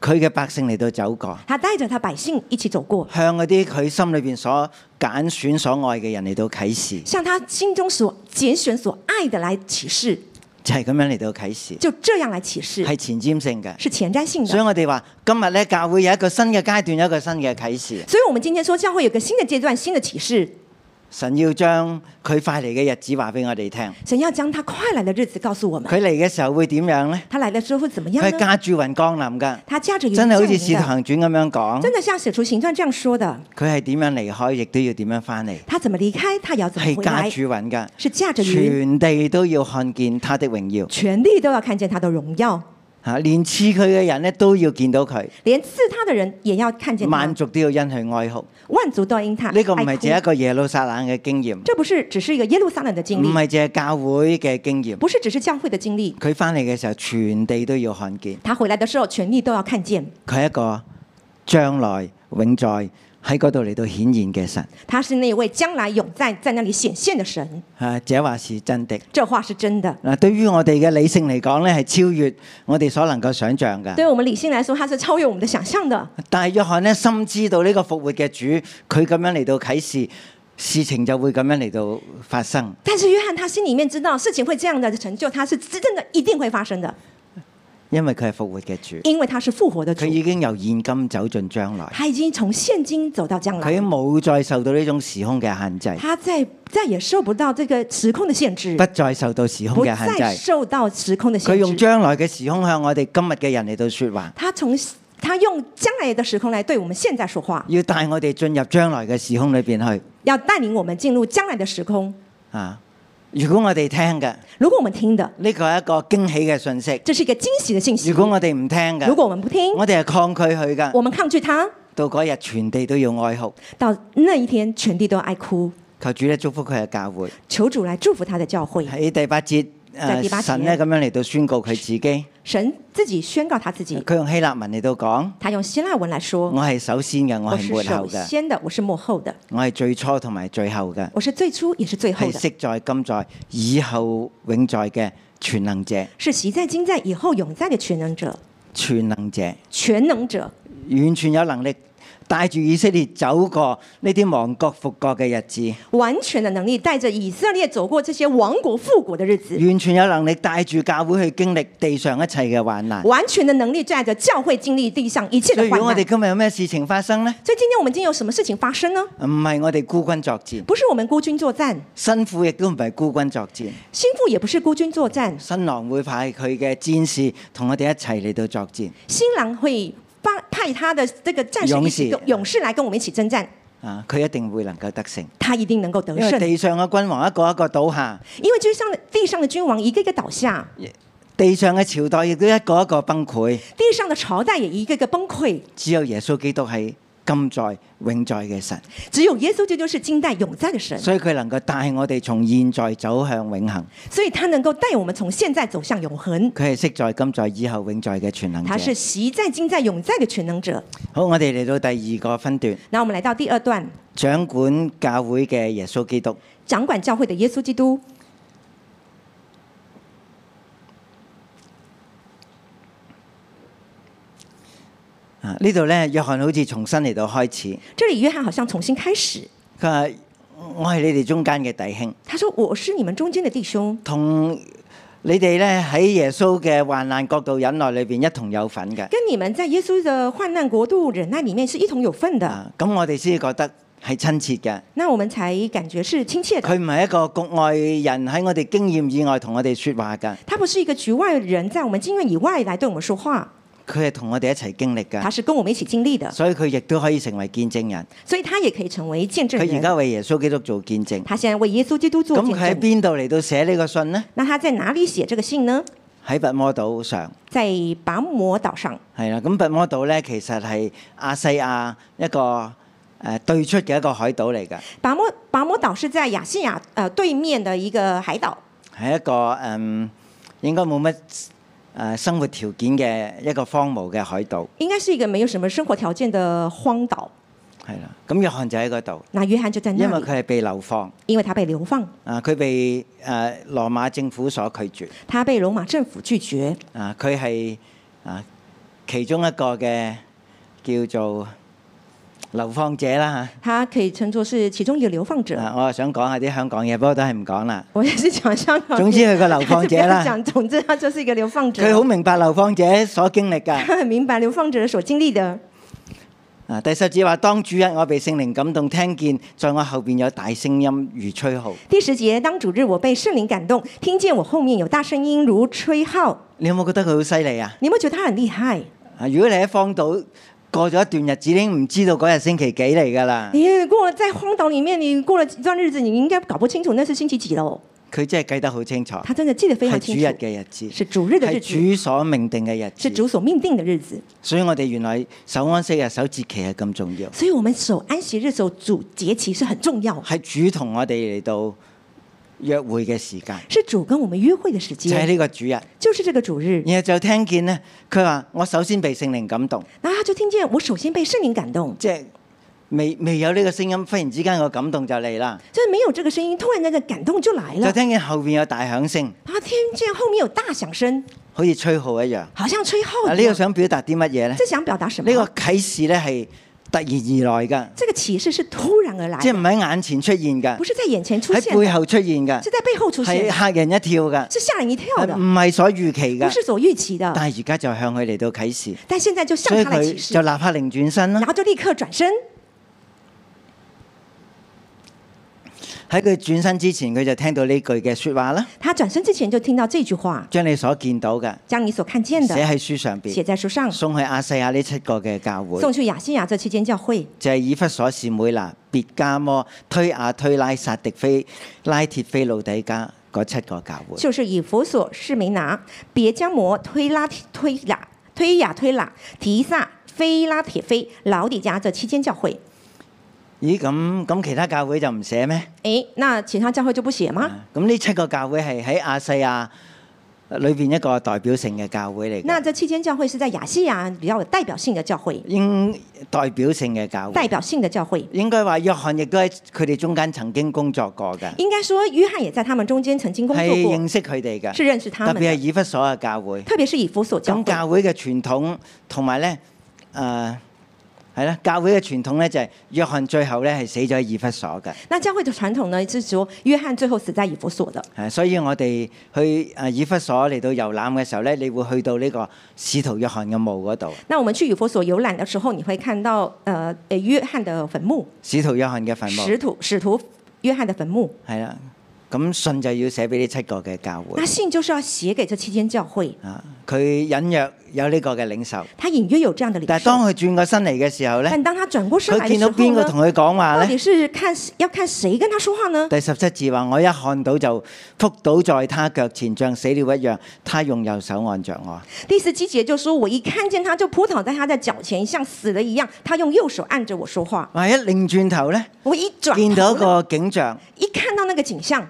Speaker 2: 佢嘅百姓嚟到走過，
Speaker 3: 他带着他百姓一起走过。
Speaker 2: 向嗰啲佢心裏邊所揀選所愛嘅人嚟到啟示，
Speaker 3: 向他心中所拣选、所爱的来启示，
Speaker 2: 就係、咁樣嚟到啟示，
Speaker 3: 就这样来启示，
Speaker 2: 係前瞻性嘅。
Speaker 3: 是前瞻性的
Speaker 2: 所以。我哋話今日咧，教會有一個新嘅階段，有一個新嘅啟示。
Speaker 3: 所以，我们今天说教会有个新的阶段、新的启示，
Speaker 2: 神要將佢快嚟嘅日子話俾我哋聽。
Speaker 3: 神要將他快來的日子告訴我们。
Speaker 2: 佢嚟嘅時候會點樣呢？
Speaker 3: 他来的时候会怎么
Speaker 2: 佢
Speaker 3: 样
Speaker 2: 係
Speaker 3: 呢？
Speaker 2: 駕住雲降臨㗎，
Speaker 3: 他驾着云
Speaker 2: 真係好似《
Speaker 3: 降
Speaker 2: 使
Speaker 3: 临
Speaker 2: 徒
Speaker 3: 的，
Speaker 2: 行傳》咁樣講。
Speaker 3: 真的像《使徒行传》這樣說的，
Speaker 2: 佢係點樣離開，亦都要點樣翻嚟，
Speaker 3: 他怎么離開，他也要怎
Speaker 2: 係
Speaker 3: 么回來
Speaker 2: 駕，住雲㗎，
Speaker 3: 是驾着云，
Speaker 2: 全地都要看見他的榮耀。
Speaker 3: 全地都要看見他的榮耀，
Speaker 2: 嚇，連刺佢嘅人咧都要見到佢，
Speaker 3: 連刺他的人啊也要看見他
Speaker 2: 萬，族都要因佢哀哭。
Speaker 3: 萬族都要因他
Speaker 2: 呢、個唔
Speaker 3: 哀
Speaker 2: 係
Speaker 3: 哭
Speaker 2: 只係一個耶路撒冷嘅經驗，
Speaker 3: 这不是只是一個耶路撒冷的經
Speaker 2: 唔
Speaker 3: 歷，
Speaker 2: 係只係教會嘅經驗。
Speaker 3: 不是只是教會的經歷，
Speaker 2: 佢翻嚟嘅時候，全地都要看見。
Speaker 3: 他回來的時候，全地都要看見。
Speaker 2: 佢係一個將來永在喺嗰度嚟到顯現嘅神。
Speaker 3: 他是那位将来永在在那里显现的神。
Speaker 2: 啊，這話是真的。
Speaker 3: 这话是真的。
Speaker 2: 嗱，對於我哋嘅理性嚟講咧，係超越我哋所能夠想像嘅。
Speaker 3: 对我们理性来说，它是超越我们的想象的。
Speaker 2: 但係約翰咧深知道呢個復活嘅主，佢咁樣嚟到啟示，事情就會咁樣嚟到發生。
Speaker 3: 但是约翰他心里面知道事情会这样的成就，他是真的一定会发生的。
Speaker 2: 因為佢係復活嘅主，
Speaker 3: 因为他是复活的主
Speaker 2: 佢，已經由現今走進將來，
Speaker 3: 他已经从现今走到将
Speaker 2: 佢已
Speaker 3: 来
Speaker 2: 經，冇再受到呢種時空嘅限制，
Speaker 3: 他再再也受不到这个时空的限制
Speaker 2: 不，再受到時空
Speaker 3: 不
Speaker 2: 嘅
Speaker 3: 再
Speaker 2: 限制。
Speaker 3: 受到时空的
Speaker 2: 佢用
Speaker 3: 限制。
Speaker 2: 將來嘅時空向我哋今日嘅人嚟到说話，
Speaker 3: 他从他用将来的时空来对我们现在说话，
Speaker 2: 要帶我哋進入將來嘅時空裏边去
Speaker 3: 要带领我们进入将来的时空。
Speaker 2: 啊！如果我哋聽嘅
Speaker 3: 如果我们听的，
Speaker 2: 呢個係一個驚喜嘅信息，
Speaker 3: 这是一个惊喜的信息；
Speaker 2: 如果我哋唔聽嘅，
Speaker 3: 如果我们不听，
Speaker 2: 我哋係抗拒佢噶，
Speaker 3: 我们抗拒他，
Speaker 2: 到嗰日全地都要哀哭。
Speaker 3: 到那一天全地都哀哭。
Speaker 2: 求主咧祝福佢嘅教會。
Speaker 3: 求主来祝福他的教会。
Speaker 2: 喺第八節，
Speaker 3: 就係第八
Speaker 2: 誒
Speaker 3: 節
Speaker 2: 神咧咁樣嚟到宣告佢自己，佢
Speaker 3: 神自己宣告他自己，
Speaker 2: 用希臘文嚟到講：
Speaker 3: 他用希腊文来说
Speaker 2: 我係首先嘅，：“我
Speaker 3: 我
Speaker 2: 係嗯
Speaker 3: 是
Speaker 2: 末
Speaker 3: 首
Speaker 2: 後嘅，
Speaker 3: 先的，我是幕后的，
Speaker 2: 我係最初同埋最後嘅，
Speaker 3: 我是最初也是最后
Speaker 2: 係
Speaker 3: 的，
Speaker 2: 昔在、今在、以後永在嘅全能者，
Speaker 3: 是习在、今在、以后永在的全能者，
Speaker 2: 全能者，
Speaker 3: 全能者，
Speaker 2: 完全有能力帶住以色列走過呢啲亡國復國嘅日子，
Speaker 3: 完全的能力，带着以色列走过这些亡国复国的日子，
Speaker 2: 完全有能力帶住教會去經歷地上一切嘅患難。
Speaker 3: 完全的能力，带着教会经历地上一切的
Speaker 2: 所以如
Speaker 3: 患
Speaker 2: 果我
Speaker 3: 难。”
Speaker 2: 哋今日有咩事情發生呢？
Speaker 3: 所以今天我们今天有什么事情发生呢？
Speaker 2: 唔係我哋孤軍作戰，
Speaker 3: 不是我们孤军作战，
Speaker 2: 辛苦亦都唔係孤軍作戰。
Speaker 3: 心腹也不是孤军作战，
Speaker 2: 新郎會派佢嘅戰士同我哋一齊嚟到作戰
Speaker 3: 新郎会发派他的这个战士一起
Speaker 2: 勇士
Speaker 3: 勇士来跟我们一起征战，
Speaker 2: 啊！佢一定會能夠得勝，
Speaker 3: 他一定能够得
Speaker 2: 因為
Speaker 3: 胜。
Speaker 2: 地上嘅君王一個一個倒下，
Speaker 3: 因为就像地上的君王一个一个倒下，
Speaker 2: 地上嘅朝代亦都一個一個崩潰，
Speaker 3: 地上的朝代也一个一个崩溃，
Speaker 2: 只有耶穌基督係今在永在嘅神，
Speaker 3: 只有耶稣基督是今代永在的神，
Speaker 2: 所以佢能夠帶我哋從現在走向永恆。
Speaker 3: 所以他能够帶我们从现在走向永恒。
Speaker 2: 佢係昔在、今在、以後永在嘅全能
Speaker 3: 他是
Speaker 2: 者。
Speaker 3: 习在、今在、永在的全能者。
Speaker 2: 好，我哋嚟到第二個分段，
Speaker 3: 那我们来到第二段，
Speaker 2: 掌管教會嘅耶穌基督。
Speaker 3: 掌管教会的耶稣基督。
Speaker 2: 啊，呢度呢，約翰好似重新嚟到開始，
Speaker 3: 这里约翰好像重新开始，
Speaker 2: 佢話：我係你哋中間嘅弟兄。
Speaker 3: 他说：“我是你们中间的弟兄，
Speaker 2: 同你哋咧喺耶穌嘅患難角度忍耐裏邊一同有份嘅。
Speaker 3: 跟你们在耶稣的患难国度忍耐里面是一同有份的。
Speaker 2: 啊，咁我哋先至覺得係親切嘅。”
Speaker 3: 那我们才感觉是亲切的。
Speaker 2: 佢唔係一個局外人喺我哋經驗以外同我哋説話㗎，
Speaker 3: 他不是一个局外人，在我们经验以外来对我们说话，
Speaker 2: 佢係同我哋一齊經歷
Speaker 3: 他
Speaker 2: 㗎，
Speaker 3: 是跟我们一起经历的。
Speaker 2: 所以佢亦都可以成為見證人。
Speaker 3: 所以他也可以成为见证
Speaker 2: 佢而
Speaker 3: 人。
Speaker 2: 家為耶穌基督做見證。
Speaker 3: 他现在为耶稣基督做
Speaker 2: 咁
Speaker 3: 见
Speaker 2: 佢喺
Speaker 3: 证。
Speaker 2: 邊度嚟到寫呢個信呢？
Speaker 3: 那他在哪里写这个信呢？
Speaker 2: 喺拔摩島上。
Speaker 3: 在拔摩岛上，
Speaker 2: 係啦，咁拔摩島咧其實係亞細亞一個誒、呃、對出嘅一個海島嚟㗎，
Speaker 3: 拔摩拔摩岛是在亚细亚呃对面的一个海岛，
Speaker 2: 係一個誒、嗯、應該冇乜誒生活條件嘅一個荒蕪嘅海島，
Speaker 3: 应该是一个没有什么生活条件的荒岛。
Speaker 2: 係啦。咁約翰就喺嗰度，
Speaker 3: 那约翰就在
Speaker 2: 因為
Speaker 3: 那
Speaker 2: 佢
Speaker 3: 里，
Speaker 2: 係被流放，
Speaker 3: 因为他被流放，
Speaker 2: 啊，佢被誒羅馬政府所拒絕，
Speaker 3: 他被罗马政府拒绝，
Speaker 2: 啊，佢係啊其中一個嘅叫做流放者啦
Speaker 3: 他可以称作是其中一个流放
Speaker 2: 嚇。
Speaker 3: 者。
Speaker 2: 啊，我又想講下啲香港嘢，不過都係唔講啦。
Speaker 3: 我也是讲香港，
Speaker 2: 總之佢個流放者啦
Speaker 3: 还是不要讲，总之 他就是一个流放者。
Speaker 2: 佢好明白流放者所經歷㗎。
Speaker 3: 他很明白流放者所经历的。
Speaker 2: 啊，第十節話：當主日我被聖靈感動，聽見在我後邊有大聲音如吹號。
Speaker 3: 第十节，当主日我被圣灵感动，听见我后面有大声音如吹号。
Speaker 2: 你有冇覺得佢好犀利啊？
Speaker 3: 你有没有觉得他很厉害？
Speaker 2: 啊，如果你喺荒島過咗一段日子，已經唔知道嗰日星期幾嚟㗎啦。
Speaker 3: 你过了在荒岛里面，你过了一段日子，你应该搞不清楚那是星期几喽。
Speaker 2: 佢真係計得好清楚，
Speaker 3: 他真的记得非常
Speaker 2: 係主
Speaker 3: 清
Speaker 2: 日
Speaker 3: 楚，
Speaker 2: 嘅日子，
Speaker 3: 是主日的日子，
Speaker 2: 係主所命定嘅日
Speaker 3: 是
Speaker 2: 子。
Speaker 3: 主所命定的日子。
Speaker 2: 所以我哋原來守安息日、守節期係咁重要，
Speaker 3: 所以，我们守安息日、守主节期是很重要，
Speaker 2: 係主同我哋嚟到約會嘅時間，
Speaker 3: 是主跟我们约会的时
Speaker 2: 就係
Speaker 3: 间，
Speaker 2: 呢個主日。
Speaker 3: 就是这个主日。
Speaker 2: 然後就聽見呢，佢話：我首先被聖靈感動，
Speaker 3: 然后他就听见我首先被圣灵感动，
Speaker 2: 即係未未有呢個聲音，忽然之間個感動就嚟啦。
Speaker 3: 就是没有這個聲音，突然間的感動就來
Speaker 2: 就
Speaker 3: 了。
Speaker 2: 聽見後邊有大響聲，
Speaker 3: 他聽見後面有大響聲，
Speaker 2: 好似吹號一樣。
Speaker 3: 好像吹號
Speaker 2: 嗱，
Speaker 3: 一
Speaker 2: 啊呢個
Speaker 3: 樣。
Speaker 2: 想表達啲乜嘢呢？
Speaker 3: 這想表達什麼？
Speaker 2: 呢個啟示呢係突然而來㗎，
Speaker 3: 这个启示是突然而来
Speaker 2: 即係
Speaker 3: 的，
Speaker 2: 唔喺眼前出現㗎，
Speaker 3: 啊不是在眼前出
Speaker 2: 喺
Speaker 3: 现
Speaker 2: 背
Speaker 3: 的，
Speaker 2: 後出現㗎，
Speaker 3: 是在背后出现
Speaker 2: 係
Speaker 3: 的，
Speaker 2: 嚇人一跳㗎，
Speaker 3: 是吓人一跳
Speaker 2: 係
Speaker 3: 的，
Speaker 2: 唔係所預期
Speaker 3: 不
Speaker 2: 㗎。
Speaker 3: 是所预期的。
Speaker 2: 嗯但係而家就向佢嚟到啟示，
Speaker 3: 但现在就向
Speaker 2: 所以
Speaker 3: 他来启
Speaker 2: 佢
Speaker 3: 示
Speaker 2: 就，立刻靈轉身啦
Speaker 3: 然。后就立刻转身。
Speaker 2: 喺佢轉身之前，佢就聽到呢句嘅説話啦，
Speaker 3: 他转身之前就听到这句话
Speaker 2: 將你所見到嘅：“
Speaker 3: 将你所看见
Speaker 2: 寫
Speaker 3: 的
Speaker 2: 喺書上
Speaker 3: 写
Speaker 2: 邊，
Speaker 3: 在书上，
Speaker 2: 送去亞細亞呢七個嘅教會，
Speaker 3: 送去雅西亚这期间教会，
Speaker 2: 就係以弗所、士每拿、別加摩、推亞、推拉、撒迪菲、拉鐵菲、路底加嗰七個教會。
Speaker 3: 就是以佛所、士梅拿、别加摩、推拉、推雅、推雅、推拉、提萨、菲拉、铁菲、老底加这期间教会。
Speaker 2: 咦，咁咁其他教會就唔寫咩？”
Speaker 3: 诶，那其他教会就不写吗？
Speaker 2: 咁呢七個教會係喺亞細亞呃裏邊一個代表性嘅教會嚟
Speaker 3: 那
Speaker 2: 嘅，
Speaker 3: 这期间教会是在雅西亚比较有代表性的教会，
Speaker 2: 應代表性嘅教
Speaker 3: 代
Speaker 2: 會。
Speaker 3: 表性的教会。
Speaker 2: 應該話約翰亦都喺佢哋中間曾經工作過嘅，
Speaker 3: 应该说，约翰也在他们中间曾经工
Speaker 2: 係
Speaker 3: 作过，
Speaker 2: 認識佢哋嘅，
Speaker 3: 是认识他
Speaker 2: 特
Speaker 3: 们
Speaker 2: 別係
Speaker 3: 的，
Speaker 2: 以弗所嘅教會。
Speaker 3: 特别是以佛所教
Speaker 2: 咁
Speaker 3: 会。
Speaker 2: 教會嘅傳統同埋咧，誒係啦，教會嘅傳統咧就係約翰最後咧係死咗喺以弗所嘅，
Speaker 3: 那教会的传统呢，是说约翰最后死在以弗所的。
Speaker 2: 係所以我哋去誒以弗所嚟到遊覽嘅時候咧，你會去到呢個使徒約翰嘅墓嗰度，
Speaker 3: 那我们去以弗所游览的时候，你会看到呃呃约翰的坟墓，
Speaker 2: 使徒約翰嘅墳墓。
Speaker 3: 使徒使徒约翰的坟墓。
Speaker 2: 係啦，咁信就要寫俾呢七個嘅教會
Speaker 3: 那信就是要写给这期间教会，
Speaker 2: 啊。佢隱約有呢個嘅領袖，
Speaker 3: 他隐约有这样的领
Speaker 2: 但係
Speaker 3: 袖。
Speaker 2: 當佢轉個身嚟嘅時候咧，
Speaker 3: 但当他转过身
Speaker 2: 佢
Speaker 3: 来的
Speaker 2: 見
Speaker 3: 时
Speaker 2: 到邊
Speaker 3: 候
Speaker 2: 個同
Speaker 3: 呢，
Speaker 2: 佢講話
Speaker 3: 到
Speaker 2: 咧？
Speaker 3: 底是看要看谁跟他说话呢？
Speaker 2: 第十七節話：我一看到就撲倒在他腳前，像死了一樣。他用右手按着我。
Speaker 3: 第十七节就说：“我一看见他就扑倒在他的脚前，像死了一样。他用右手按着我说话。
Speaker 2: 哇！一擰轉頭咧，
Speaker 3: 我一转
Speaker 2: 見到一
Speaker 3: 头呢，
Speaker 2: 個景象，
Speaker 3: 一看到那个景象，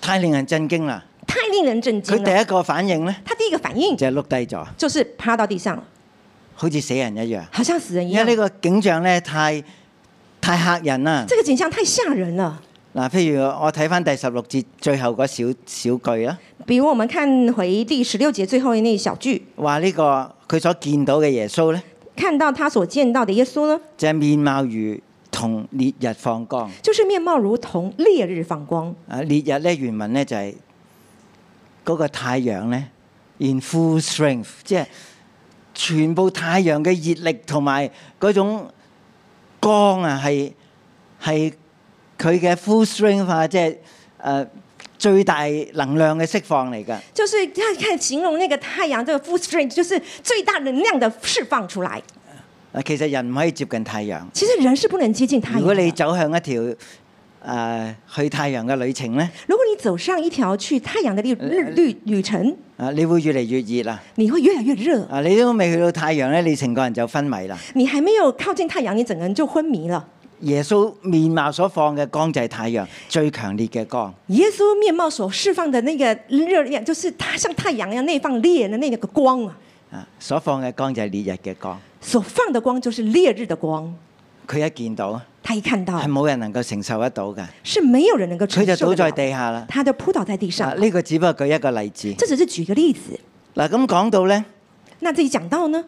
Speaker 2: 太令人震驚啦！
Speaker 3: 太令人
Speaker 2: 佢
Speaker 3: 震惊了。
Speaker 2: 第一個反應咧
Speaker 3: 他第一个反应
Speaker 2: 就係碌低咗，
Speaker 3: 就是趴到地上了，
Speaker 2: 好似死人一樣。
Speaker 3: 好像死人一
Speaker 2: 因為
Speaker 3: 样。
Speaker 2: 呢個景象咧太太嚇人啦。
Speaker 3: 这个景象太吓人了。
Speaker 2: 嗱，譬如我睇翻第十六節最後嗰小小句啊啦，
Speaker 3: 比如我们看回第十六节最后那一小句，
Speaker 2: 話呢、個佢所見到嘅耶穌咧，
Speaker 3: 看到他所见到的耶稣呢，
Speaker 2: 就係、面貌如同烈日放光。
Speaker 3: 就是面貌如同烈日放光。
Speaker 2: 啊，烈日咧原文咧就係、嗰個太陽咧 in full strength，即係全部太陽嘅熱力同埋嗰種光啊，係係佢嘅 full strength 啊，即係誒、呃最大能量嘅釋放嚟㗎。
Speaker 3: 就是他看形容那个太阳，这个 full strength 就是最大能量的释放出来。
Speaker 2: 啊，其實人唔可以接近太陽。
Speaker 3: 其实人是不能接近太啊
Speaker 2: 如
Speaker 3: 阳
Speaker 2: 果
Speaker 3: 的。
Speaker 2: 你走向一條誒、呃去太陽嘅旅程咧，
Speaker 3: 如果你走上一条去太阳的旅日旅旅程，
Speaker 2: 啊，你會越嚟越熱啦！
Speaker 3: 你会越来越热。
Speaker 2: 啊，你都未去到太陽咧，你成個人就昏迷啦。
Speaker 3: 你还没有靠近太阳，你整个人就昏迷了。
Speaker 2: 耶穌面貌所放嘅光就係太陽最強烈嘅光，
Speaker 3: 耶稣面貌所释放的那个热量，就是他像太阳一样内放烈的那个光啊，
Speaker 2: 啊，所放嘅光就係烈日嘅光。
Speaker 3: 所放的光就是烈日的光。
Speaker 2: 佢一見到
Speaker 3: 他一看到
Speaker 2: 係冇人能夠承受得到嘅，
Speaker 3: 是没有人能够
Speaker 2: 佢
Speaker 3: 承
Speaker 2: 就
Speaker 3: 受
Speaker 2: 倒
Speaker 3: 得
Speaker 2: 在
Speaker 3: 了，
Speaker 2: 地下啦。
Speaker 3: 他就扑倒在地上
Speaker 2: 啊，。呢個只不過舉一個例子。
Speaker 3: 这只是举个例子。
Speaker 2: 嗱，咁講到呢，
Speaker 3: 那这里讲到呢，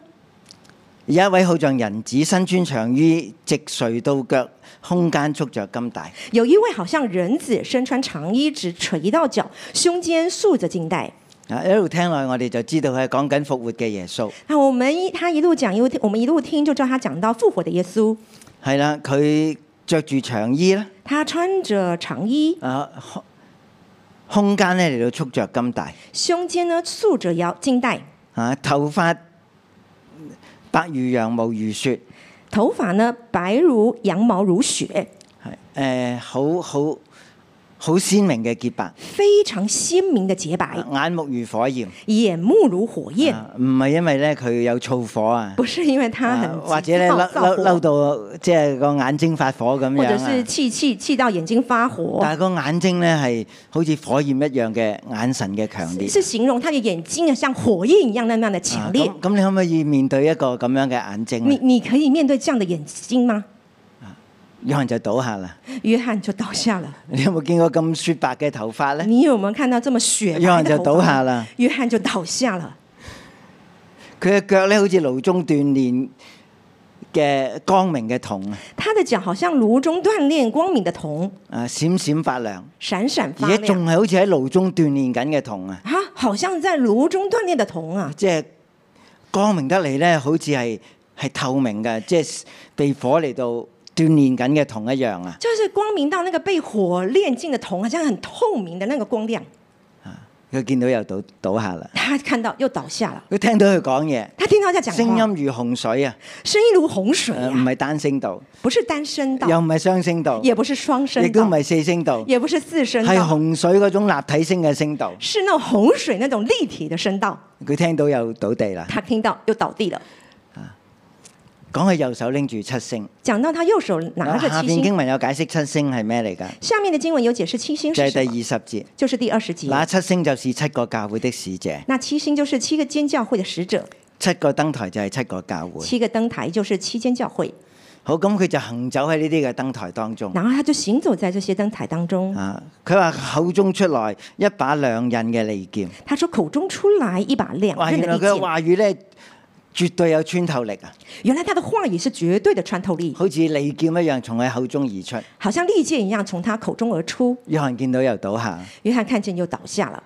Speaker 2: 有一位好像人子，身穿長衣，直垂到腳，胸間束着金帶。
Speaker 3: 有一位好像人子，身穿长衣，直垂到脚，胸间束着金带。
Speaker 2: 啊，一路聽落去，我哋就知道佢係講緊復活嘅耶穌。
Speaker 3: 那我们一他一路讲，一路听我们一路听，就知道他讲到复活的耶稣。
Speaker 2: 係啦，佢着住長衣啦，
Speaker 3: 他穿着长衣，
Speaker 2: 啊，胸胸間咧嚟到束着金帶。
Speaker 3: 胸间呢束着腰金带，
Speaker 2: 啊，頭髮白如羊毛如雪，
Speaker 3: 头发呢白如羊毛如雪，
Speaker 2: 係誒、好好好鮮明嘅潔白，
Speaker 3: 非常鲜明的洁白，
Speaker 2: 眼目如火焰，
Speaker 3: 眼目如火焰。
Speaker 2: 啊唔係因為咧佢有燥火啊，
Speaker 3: 不是因为他
Speaker 2: 啊
Speaker 3: 很急
Speaker 2: 或者咧
Speaker 3: 躁
Speaker 2: 嬲
Speaker 3: 躁
Speaker 2: 嬲
Speaker 3: 火
Speaker 2: 嬲到即係個眼睛發火咁
Speaker 3: 或
Speaker 2: 樣
Speaker 3: 者是
Speaker 2: 啊。
Speaker 3: 气气气到眼睛发火，
Speaker 2: 但係個眼睛咧係好似火焰一樣嘅眼神嘅強烈。
Speaker 3: 是形容他的眼睛啊像火焰一样那样的
Speaker 2: 啊
Speaker 3: 强烈。
Speaker 2: 咁咁你可唔可以面對一個咁樣嘅眼睛啊
Speaker 3: 你
Speaker 2: 咧？
Speaker 3: 你可以面对这样的眼睛吗？
Speaker 2: 有人就倒下啦。
Speaker 3: 约翰就倒下了。
Speaker 2: 你有冇見過咁雪白嘅頭髮咧？
Speaker 3: 你有没有看到这么雪
Speaker 2: 有
Speaker 3: 白
Speaker 2: 人
Speaker 3: 的
Speaker 2: 就
Speaker 3: 头
Speaker 2: 倒下
Speaker 3: 发？
Speaker 2: 啦。
Speaker 3: 约翰就倒下了，
Speaker 2: 佢嘅腳咧好似勞中鍛鍊嘅光明嘅銅啊，
Speaker 3: 他的脚好像炉中锻炼光明的铜，
Speaker 2: 啊閃閃發亮，
Speaker 3: 闪闪发
Speaker 2: 而且
Speaker 3: 亮
Speaker 2: 仲。係好似喺爐中鍛鍊緊嘅銅啊，
Speaker 3: 啊，好像在炉中锻炼的铜啊，
Speaker 2: 即係光明得嚟咧，好似係係透明嘅，即係被火嚟到鍛鍊緊嘅銅一樣啊！
Speaker 3: 就是光明到那个被火炼尽的铜，好像很透明的那个光亮。
Speaker 2: 佢見到又倒倒下啦，
Speaker 3: 他看到又倒下了，
Speaker 2: 佢聽到佢講嘢，
Speaker 3: 他听到他讲
Speaker 2: 聲
Speaker 3: 话，
Speaker 2: 音如洪水啊，呃
Speaker 3: 声音如洪水
Speaker 2: 誒唔
Speaker 3: 啊，
Speaker 2: 係單聲道，
Speaker 3: 不是单声道，
Speaker 2: 又唔係雙聲道，
Speaker 3: 也不是双
Speaker 2: 亦
Speaker 3: 声
Speaker 2: 都
Speaker 3: 道
Speaker 2: 唔，係四聲道，
Speaker 3: 也不是四声
Speaker 2: 係
Speaker 3: 道，
Speaker 2: 洪水嗰種立體聲嘅聲道。
Speaker 3: 是那种洪水那种立体的声道。
Speaker 2: 佢聽到又倒地啦，
Speaker 3: 他听到又倒地了。
Speaker 2: 講佢右手拎住七星。啊
Speaker 3: 讲到他右手拿着
Speaker 2: 下
Speaker 3: 七
Speaker 2: 邊
Speaker 3: 星，
Speaker 2: 經文有解釋七星係咩嚟㗎？
Speaker 3: 下面的经文有解释七星
Speaker 2: 就是係
Speaker 3: 什
Speaker 2: 第
Speaker 3: 么，
Speaker 2: 二十節，
Speaker 3: 就是第二十集。
Speaker 2: 那七星就是七個教會的使者，
Speaker 3: 那七星就是七个尖教会的使者，
Speaker 2: 七個燈台就係七個教會。
Speaker 3: 七个灯台就是七间教会。
Speaker 2: 好，咁佢就行走喺呢啲嘅燈台當中。
Speaker 3: 然后他就行走在这些灯台当中。
Speaker 2: 啊，佢話口中出來一把兩刃嘅利劍，
Speaker 3: 他说口中出来一把两
Speaker 2: 哇！
Speaker 3: 刃
Speaker 2: 原來
Speaker 3: 的利
Speaker 2: 佢嘅
Speaker 3: 剑。
Speaker 2: 話語咧絕對有穿透力啊，
Speaker 3: 原来他的话语是绝对的穿透力，
Speaker 2: 好似利劍一樣從佢口中而出。
Speaker 3: 好像利剑一样从他口中而出。
Speaker 2: 約翰見到又倒下，
Speaker 3: 约翰看见又倒下了，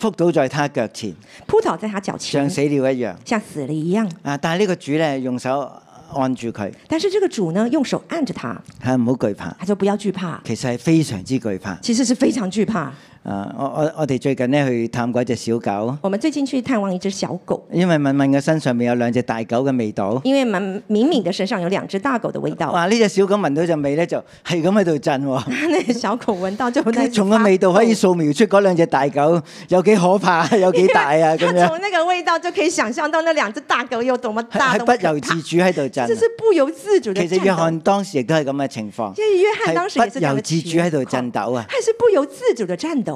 Speaker 2: 撲倒在他腳前，
Speaker 3: 扑倒在他脚
Speaker 2: 像
Speaker 3: 前，
Speaker 2: 死了一樣。
Speaker 3: 像死了一样。
Speaker 2: 啊！但係呢個主咧用手按住佢，
Speaker 3: 但是这个主呢，用手按着他，
Speaker 2: 係唔好懼怕。
Speaker 3: 他说不要惧怕，
Speaker 2: 其實係非常之懼怕。
Speaker 3: 其实是非常惧怕。
Speaker 2: 啊！我我我哋最近咧去探過一隻小狗，
Speaker 3: 我们最近去探望一只小狗，
Speaker 2: 因為敏敏嘅身上面有兩隻大狗嘅味道。
Speaker 3: 因为蛮敏敏的身上有两只大狗的味道，
Speaker 2: 哇！呢只小狗聞到隻味咧，就係咁喺度震喎。
Speaker 3: 那个小狗闻到就在
Speaker 2: 佢從個味道可以掃描出嗰兩隻大狗 有幾可怕， 有幾大 啊咁
Speaker 3: 它
Speaker 2: 樣，
Speaker 3: 从那个味道就可以想象到那两只大狗有多么大，
Speaker 2: 係
Speaker 3: 多么
Speaker 2: 不
Speaker 3: 可
Speaker 2: 由
Speaker 3: 怕
Speaker 2: 自。主喺度震啊
Speaker 3: 这。是不由自主的
Speaker 2: 其
Speaker 3: 震
Speaker 2: 實約翰
Speaker 3: 抖。
Speaker 2: 當時亦都係咁嘅情況，
Speaker 3: 其实约翰当时也
Speaker 2: 係
Speaker 3: 是
Speaker 2: 不
Speaker 3: 这样
Speaker 2: 由
Speaker 3: 的
Speaker 2: 自主喺度震
Speaker 3: 抖，
Speaker 2: 抖啊！
Speaker 3: 还是不由自主的颤抖。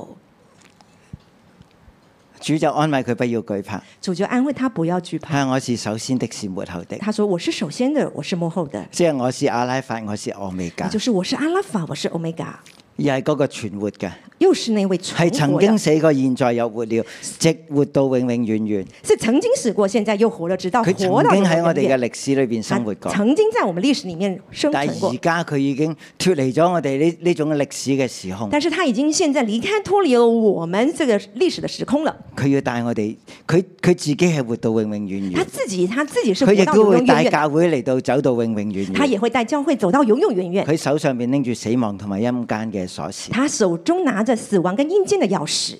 Speaker 2: 主就安慰佢不要懼怕，
Speaker 3: 主角安慰他不要惧怕，
Speaker 2: 他我是首先的，是末後的，
Speaker 3: 他说：“我是首先的，我是幕后的，
Speaker 2: 即係我是阿拉法，我是俄美
Speaker 3: 也
Speaker 2: 加
Speaker 3: 就，是我是阿拉法，我是欧米伽，
Speaker 2: 而係嗰個存活嘅。
Speaker 3: 又是那位存
Speaker 2: 係曾
Speaker 3: 活的
Speaker 2: 經，死過，現在又活了，直活到永永遠遠。
Speaker 3: 是曾經死过，现在又活了，直到
Speaker 2: 佢曾
Speaker 3: 啊活到
Speaker 2: 經喺我
Speaker 3: 永
Speaker 2: 哋嘅
Speaker 3: 远。
Speaker 2: 歷史裏邊
Speaker 3: 他
Speaker 2: 生活過，
Speaker 3: 曾經在我们歷史里面生
Speaker 2: 但
Speaker 3: 存
Speaker 2: 係
Speaker 3: 过
Speaker 2: 而，家佢已經脱離咗我哋呢呢種歷史嘅時空。
Speaker 3: 但是他已經現在離開脱離了我們這個歷史的時空了。
Speaker 2: 佢要帶我哋，佢佢自己係活到永永遠
Speaker 3: 他
Speaker 2: 遠，
Speaker 3: 自己他自己是
Speaker 2: 嗯佢
Speaker 3: 活
Speaker 2: 亦
Speaker 3: 到
Speaker 2: 都
Speaker 3: 永
Speaker 2: 會
Speaker 3: 永
Speaker 2: 帶
Speaker 3: 遠遠，
Speaker 2: 教會嚟到走到永永遠
Speaker 3: 他
Speaker 2: 遠。
Speaker 3: 也會帶教會走到永永遠遠。
Speaker 2: 佢手上邊拎住死亡同埋陰間嘅鎖匙，
Speaker 3: 他手中拿着死亡跟陰間的鑰匙，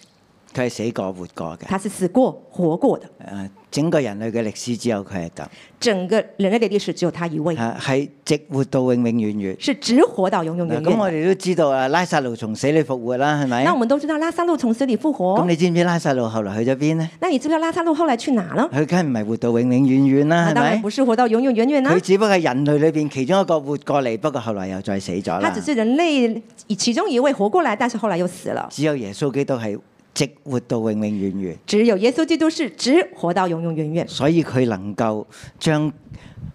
Speaker 2: 佢係死過活過嘅。
Speaker 3: 他是死過活過的。
Speaker 2: 誒，整個人類嘅歷史只有佢係咁，
Speaker 3: 整個人類的歷史只有他一位，
Speaker 2: 誒係直活到永永遠遠。
Speaker 3: 是直活到永永遠
Speaker 2: 嗱咁我
Speaker 3: 遠。
Speaker 2: 哋都知道啊，拉撒路從死裏復活啦，係咪
Speaker 3: 那？我們都知道拉撒路從死裡
Speaker 2: 咁
Speaker 3: 復活，
Speaker 2: 你知唔知拉撒路後來去咗邊呢？
Speaker 3: 那你知不知道拉撒路後來去哪了？
Speaker 2: 佢梗係唔係活到永永遠遠啦，
Speaker 3: 他
Speaker 2: 係
Speaker 3: 啊當然
Speaker 2: 咪
Speaker 3: 不？是活到永永遠遠啦
Speaker 2: 佢，只不過係人類裏邊其中一個活過嚟，不過後來又再死咗
Speaker 3: 他
Speaker 2: 啦
Speaker 3: 只。是人類其中一位活過來，但是後來又死了。
Speaker 2: 只有耶穌基督係直活到永永遠遠，
Speaker 3: 只有耶穌基督是只活到永永遠遠，
Speaker 2: 所以佢能夠將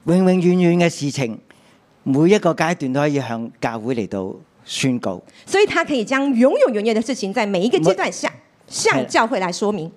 Speaker 2: 永永遠遠嘅事情，每一個階段都可以向教會嚟到宣告。
Speaker 3: 所以他可以將永永遠遠的事情在每一個階段下向教會來說明，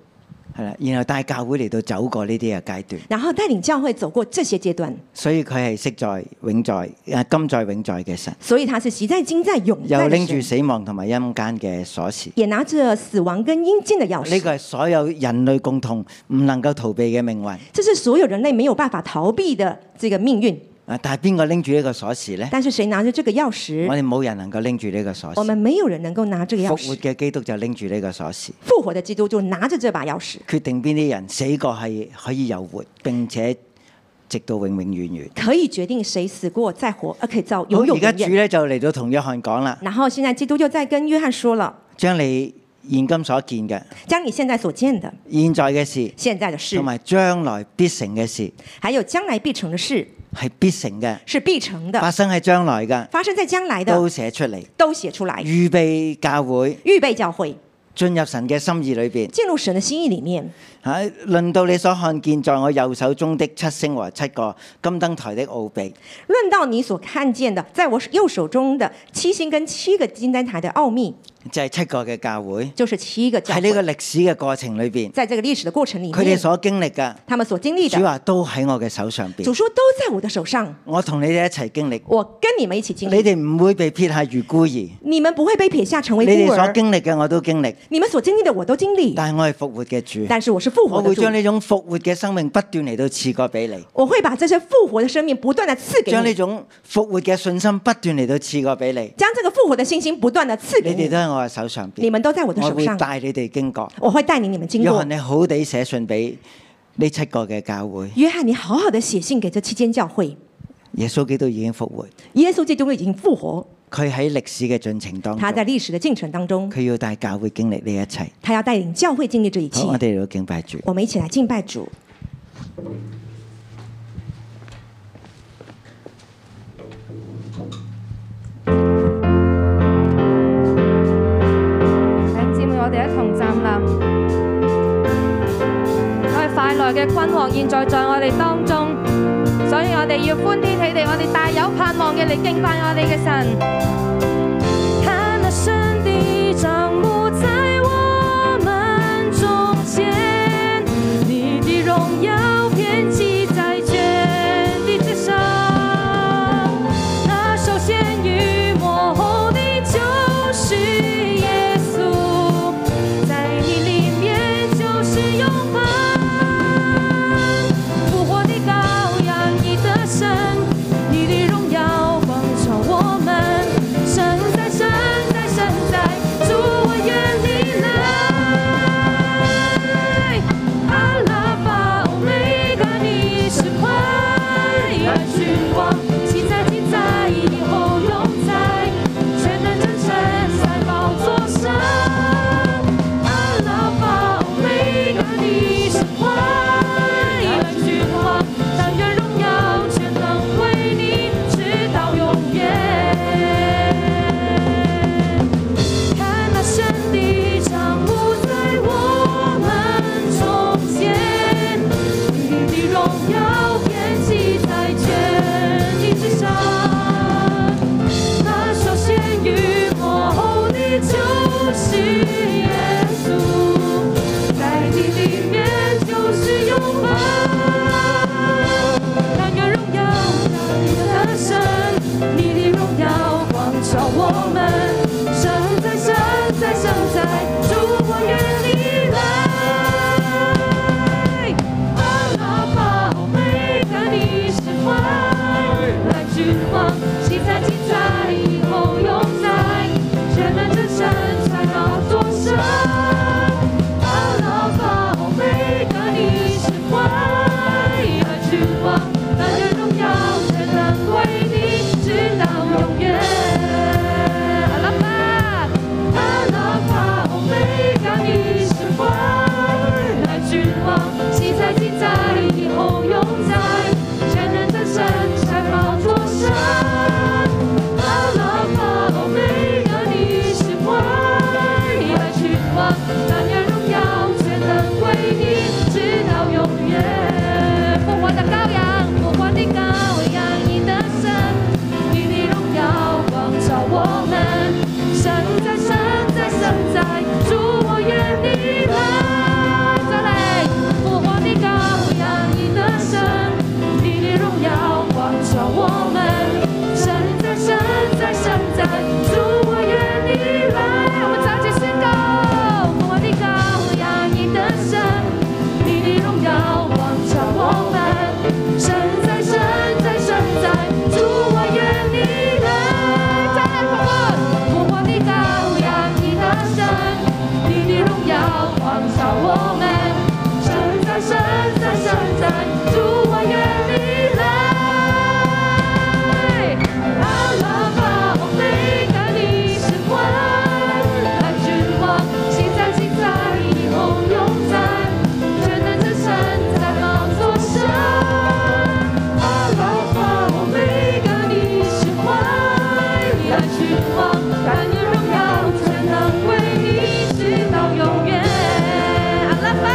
Speaker 2: 係啦，然後帶教會嚟到走過呢啲嘅階段，
Speaker 3: 然後帶領教會走過這些階段。
Speaker 2: 所以佢係昔在、永在、誒今在、永在嘅神，
Speaker 3: 所以他是习在、今在、永在
Speaker 2: 又
Speaker 3: 的
Speaker 2: 拎住
Speaker 3: 神，
Speaker 2: 死亡同埋陰間嘅鎖匙。
Speaker 3: 也拿着死亡跟陰間的鑰
Speaker 2: 呢
Speaker 3: 匙。
Speaker 2: 個係所有人類共同唔能夠逃避嘅命運。
Speaker 3: 这是所有人類沒有辦法逃避的這個命運。
Speaker 2: 啊！但係邊個拎住呢個鎖匙呢？
Speaker 3: 但是誰拿着這個鑰匙
Speaker 2: 我，哋冇人能夠拎住呢個鎖
Speaker 3: 嗯我
Speaker 2: 匙。
Speaker 3: 們沒有人能夠拿這個鑰
Speaker 2: 復活
Speaker 3: 匙。
Speaker 2: 嘅基督就拎住呢個鎖匙，
Speaker 3: 復活的基督就拿着這把鑰匙，
Speaker 2: 決定邊啲人死過係可以有活，並且直到永永遠遠。
Speaker 3: 可以決定誰死過再活，而可以造永
Speaker 2: 好，
Speaker 3: 永
Speaker 2: 而家
Speaker 3: 遠
Speaker 2: 主
Speaker 3: 遠。
Speaker 2: 咧就嚟到同約翰講啦，
Speaker 3: 然後現在基督就在跟約翰說了。
Speaker 2: 將你現今所見嘅、
Speaker 3: 将你现在所见的、
Speaker 2: 現在嘅事，
Speaker 3: 现在的事
Speaker 2: 同，埋將來必成嘅事，
Speaker 3: 还有将来必成的事，
Speaker 2: 係必成嘅，
Speaker 3: 是必成
Speaker 2: 發
Speaker 3: 的，
Speaker 2: 生喺將來嘅，
Speaker 3: 发生在将来
Speaker 2: 都
Speaker 3: 的，
Speaker 2: 寫出嚟，
Speaker 3: 都写出来，
Speaker 2: 預備教會
Speaker 3: 预备教会
Speaker 2: 進入神嘅心意裏邊。
Speaker 3: 进入神的心意里面。
Speaker 2: 喺論啊到你所看見在我右手中的七星和七個金燈台的奧秘，
Speaker 3: 论到你所看见的，在我右手中的七星跟七个金灯台的奥秘，
Speaker 2: 就係七個嘅教會
Speaker 3: 就是七个教
Speaker 2: 喺呢個
Speaker 3: 会，
Speaker 2: 歷史嘅過程裏邊，
Speaker 3: 在这个历史的过程里
Speaker 2: 佢哋
Speaker 3: 面，
Speaker 2: 所經歷嘅，
Speaker 3: 他们所经历
Speaker 2: 主
Speaker 3: 的，
Speaker 2: 話都喺我嘅手上邊
Speaker 3: 主，说都在我的手上，
Speaker 2: 我同你哋一齊經歷，
Speaker 3: 我跟你们一起经
Speaker 2: 你
Speaker 3: 历，
Speaker 2: 哋唔會被撇下如孤兒，
Speaker 3: 你们不会被撇下成
Speaker 2: 你
Speaker 3: 为
Speaker 2: 哋
Speaker 3: 孤
Speaker 2: 所
Speaker 3: 儿，
Speaker 2: 經歷嘅我都經歷，
Speaker 3: 你们所经历的我都经历，
Speaker 2: 但係我係復活嘅主，
Speaker 3: 但是我是复活
Speaker 2: 我
Speaker 3: 的
Speaker 2: 會
Speaker 3: 主，
Speaker 2: 將呢種復活嘅生命不斷嚟到賜過俾你，
Speaker 3: 我会把这些复活的生命不断的赐给
Speaker 2: 將呢
Speaker 3: 你，
Speaker 2: 種復活嘅信心不斷嚟到賜過俾你，
Speaker 3: 将这个复活的信心不断的赐给
Speaker 2: 你哋
Speaker 3: 你
Speaker 2: 都，喺我嘅手上
Speaker 3: 你
Speaker 2: 邊，
Speaker 3: 们都在我的
Speaker 2: 我
Speaker 3: 手
Speaker 2: 會
Speaker 3: 上，
Speaker 2: 帶你哋經過。
Speaker 3: 我会带领你们经
Speaker 2: 約
Speaker 3: 过
Speaker 2: 翰。你好地寫信俾呢七個嘅教會，
Speaker 3: 约翰，你好好的写信给这期间教会，
Speaker 2: 耶穌基督已經復活，
Speaker 3: 耶稣基督已经复活，
Speaker 2: 佢喺歷史嘅進程當
Speaker 3: 他在
Speaker 2: 中，
Speaker 3: 历史的进程当中，
Speaker 2: 佢要帶教會經歷呢一切。
Speaker 3: 他要带领教会经历这一切
Speaker 2: 好，。我哋嚟到敬拜主。
Speaker 3: 我们一起来敬拜主。
Speaker 4: 弟兄姊妹，我哋一同站立。我哋快樂嘅君王現在在我哋當中，所以我哋要歡天喜地，我哋大有盼望嘅嚟敬拜我哋嘅神。他那上帝掌幕在我們中間，你的榮耀遍及在全地之上。那首先于幕後的就是耶穌，在你裡面就是永恆。复活的羔羊，你的神，你的荣耀光照我们。神在，神在，神在，主我愿你来。阿拉法，欧米伽，你是快乐君王，记载记载以后永在，全能真神在宝座上。阿拉法，欧米伽，你是快乐君王，但愿荣耀全能归你，直到永远。看那神的帐幕在我们中间，你的荣耀遍及在全地之上。那首先于幕后的就是耶稣，在你里面就是永恒。但愿荣耀当你的神，你的荣耀光照我们。神在，神在，神在，主我愿你来。阿拉法，欧美伽，你是快来君王，记载记载以后永在，全能真神在宝座上。阿拉法，欧美伽，你是快来君王，但愿荣耀全能归你，直到永远。阿拉法，阿拉法，欧美伽，你是快来君王，记载记载以后永在，全能真神在宝座上。阿拉法，欧美伽，你是快来君王，但愿荣耀全能归你，直到永远。复活的羔羊，复活的羔羊，你的神，你的荣耀光照我们。神在，神在，神在，主我愿你来，再来。复活的羔羊，你的神，你的荣耀光照我们。神在，神在，神在，主我愿你来。我们再次宣告，复活的羔羊，你的神，你的荣耀光照我们。神在，神在，神在，主我愿你来。再来，复活。复活的羔羊，你的神，你的荣耀光照我们。神在，神在，神在，主我愿你来。阿拉法，欧米伽，你是万来君王，现在现在以后永在，全能真神在宝座上。阿拉法，欧米伽，你是万来君王，但愿荣耀全能归你，直到永远。阿拉法，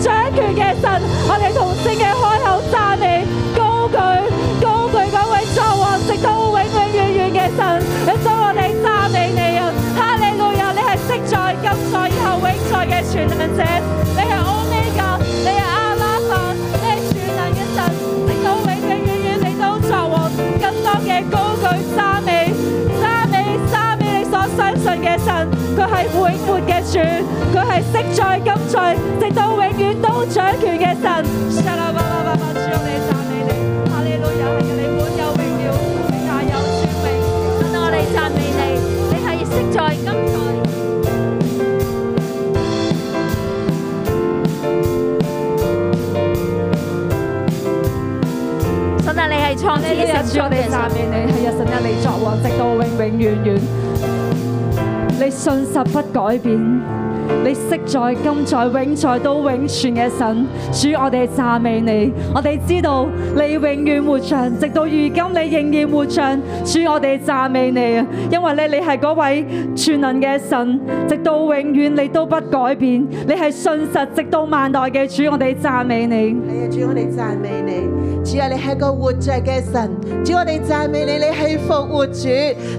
Speaker 5: 我哋同聲嘅開口讚你，高舉高舉嗰位作王直到永永遠遠嘅神，你所我哋讚美你啊！哈利路亞！你係昔在、今在、以後永在嘅全能者，你係 Omega，你係阿拉法，你係全能嘅神，直到永永遠遠你都作王，更多嘅高舉讚美讚美讚美你所相信嘅神，佢係永活嘅主，佢係昔在、今在，直到永遠都掌權嘅神。沙啦巴啦巴巴，主我哋讚美你，哈利路亞，係嘅，你滿有榮耀，榮下有尊榮。神啊，我哋讚美你，你係昔在、今在。
Speaker 6: 神啊，你係創始
Speaker 5: 呢日
Speaker 6: 成
Speaker 5: 主我
Speaker 6: 終
Speaker 5: 哋
Speaker 6: 嘅
Speaker 5: 讚
Speaker 6: 神，
Speaker 5: 美你，係日神一你作王，直到永永遠遠。你信實不改變，你昔在、今在、永在到永存嘅神，主我哋讚美你。我哋知道你永遠活着，直到如今你仍然活着。主我哋讚美你啊，因為咧你係嗰位全能嘅神，直到永遠你都不改變，你係信實直到萬代嘅主，我哋讚美你。
Speaker 7: 係啊，主，我哋讚美你。主啊，你係個活着嘅神。主，我哋讚美你，你係復活主。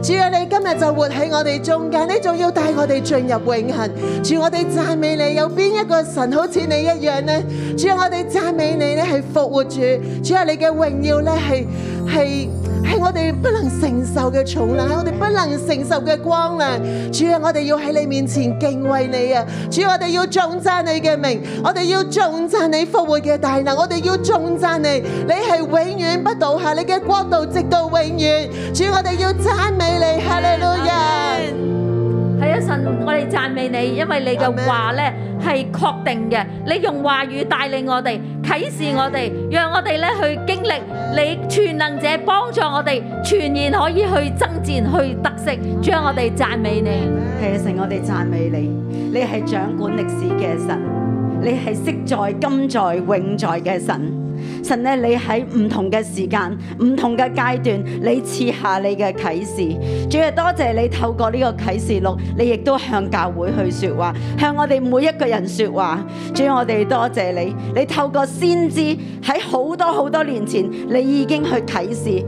Speaker 7: 主啊，你今日就活喺我哋中間，你仲要帶我哋進入永恆。主，我哋讚美你。有邊一個神好似你一樣呢？主啊，我哋讚美你，你係復活主。主啊，你嘅榮耀咧係係。係我哋不能承受嘅重量，係我哋不能承受嘅光亮。主啊，我哋要喺你面前敬畏你啊！主啊，我哋要頌讚你嘅名，我哋要頌讚你復活嘅大能，我哋要頌讚你，你係永遠不倒下，你嘅國度直到永遠。主，我哋要讚美你，哈利路亞。
Speaker 6: 係啊，神，我哋讚美你，因為你嘅話咧係確定嘅，你用話語帶領我哋，啟示我哋，讓我哋咧去經歷你全能者幫助我哋，全然可以去爭戰去得勝，將我哋讚美你。
Speaker 8: 係啊，神，我哋讚美你，你係掌管歷史嘅神，你係昔在、今在、永在嘅神。神咧，你喺唔同嘅時間、唔同嘅階段，你賜下你嘅啟示。主啊要多謝你透過呢個啟示錄，你亦都向教會去説話，向我哋每一個人説話。主啊要我哋多謝你，你透過先知喺好多好多年前，你已經去啟示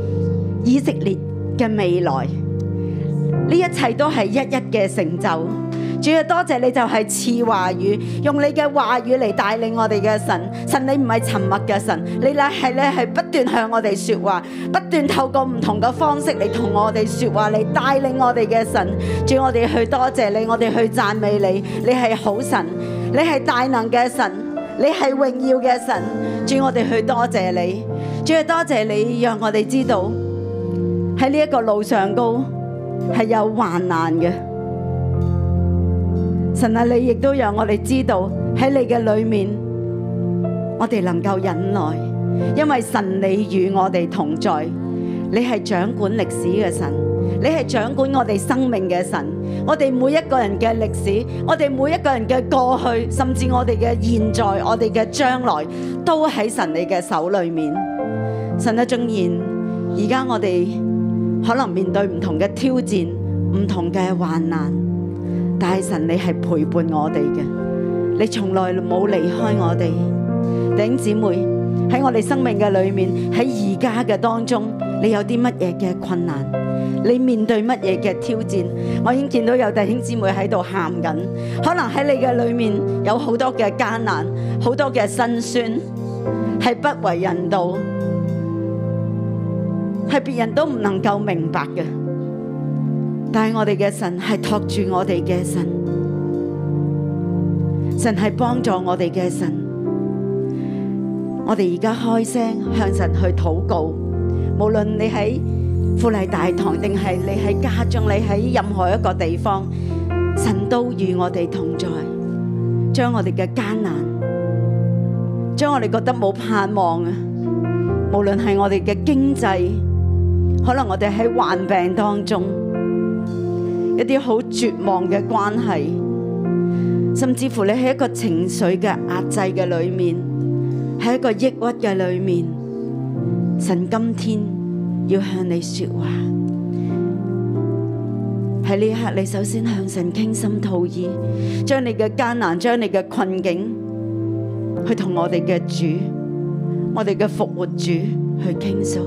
Speaker 8: 以色列嘅未來。呢一切都係一一嘅成就。主要多謝你就係賜話語，用你嘅話語嚟帶領我哋嘅神。神你唔係沉默嘅神，你咧係咧係不斷向我哋説話，不斷透過唔同嘅方式嚟同我哋説話，嚟帶領我哋嘅神。主我哋去多謝你，我哋去讚美你，你係好神，你係大能嘅神，你係榮耀嘅神。主我哋去多謝你，主要多謝你讓我哋知道喺呢一個路上高。係有患難嘅。神啊，你亦都讓我哋知道喺你嘅裏面，我哋能夠忍耐，因為神你與我哋同在，你係掌管歷史嘅神，你係掌管我哋生命嘅神，我哋每一個人嘅歷史，我哋每一個人嘅過去，甚至我哋嘅現在，我哋嘅將來，都喺神你嘅手裏面。神啊，縱然而家我哋。可能面對唔同嘅挑戰、唔同嘅患難，但係神你係陪伴我哋嘅，你從來冇離開我哋。弟兄姊妹喺我哋生命嘅裏面，喺而家嘅當中，你有啲乜嘢嘅困難？你面對乜嘢嘅挑戰？我已經見到有弟兄姊妹喺度喊緊，可能喺你嘅裏面有好多嘅艱難，好多嘅辛酸，係不為人道。係別人都唔能夠明白嘅。但係我哋嘅神係托住我哋嘅神，神係幫助我哋嘅神。我哋而家開聲向神去禱告，無論你喺富麗大堂定係你喺家中，你喺任何一個地方，神都與我哋同在，將我哋嘅艱難，將我哋覺得冇盼望啊！無論係我哋嘅經濟，可能我哋喺患病當中，一啲好絕望嘅關係，甚至乎你喺一個情緒嘅壓制嘅裏面，喺一個抑鬱嘅裏面，神今天要向你說話。喺呢一刻，你首先向神傾心吐意，將你嘅艱難，將你嘅困境，去同我哋嘅主，我哋嘅復活主去傾訴。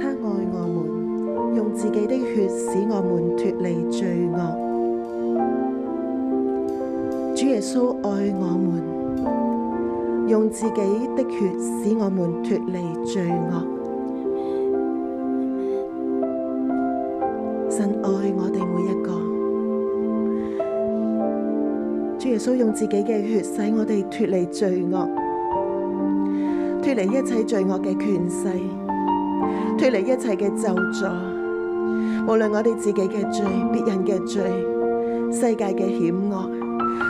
Speaker 7: 他愛我們，用自己的血使我們脱離罪惡。主耶穌愛我們，用自己的血使我們脱離罪惡。神愛我哋每一個。主耶穌用自己嘅血使我哋脱離罪惡，脱離一切罪惡嘅權勢。脱離一切嘅咒詛，無論我哋自己嘅罪、別人嘅罪、世界嘅險惡，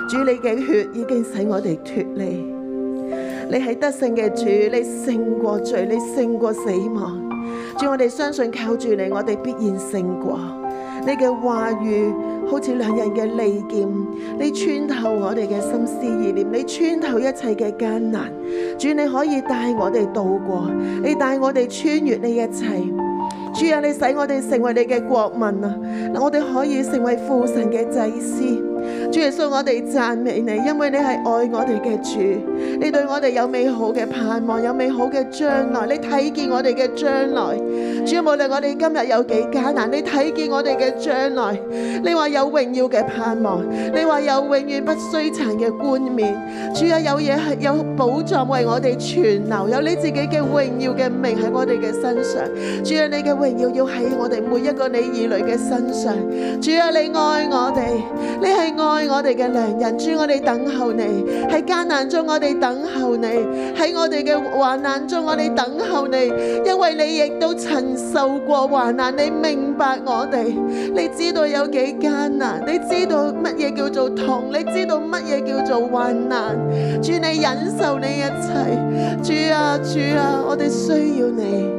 Speaker 7: 主你嘅血已經使我哋脱離。你係得勝嘅主，你勝過罪，你勝過死亡。主，我哋相信靠住你，我哋必然勝過。你嘅話語好似兩刃嘅利劍，你穿透我哋嘅心思意念，你穿透一切嘅艱難。主，你可以帶我哋渡過，你帶我哋穿越呢一切。主啊，你使我哋成為你嘅國民啊！我哋可以成為父神嘅祭司。主耶穌，我哋讚美你，因為你係愛我哋嘅主，你對我哋有美好嘅盼望，有美好嘅將來。你睇見我哋嘅將來，主啊，無論我哋今日有幾艱難，你睇見我哋嘅將來。你話有榮耀嘅盼望，你話有永遠不衰殘嘅冠冕。主啊，有嘢係有寶藏為我哋存留，有你自己嘅榮耀嘅名喺我哋嘅身上。主啊，你嘅榮耀要喺我哋每一個你兒女嘅身上。主啊，你愛我哋，你係愛我哋嘅良人。主，我哋等候你，喺艱難中我哋等候你，喺我哋嘅患難中我哋等候你，因為你亦都曾受過患難，你明白我哋。你知道有幾艱難，你知道乜嘢叫做痛，你知道乜嘢叫做患難。主你忍受你一切，主啊主啊，我哋需要你。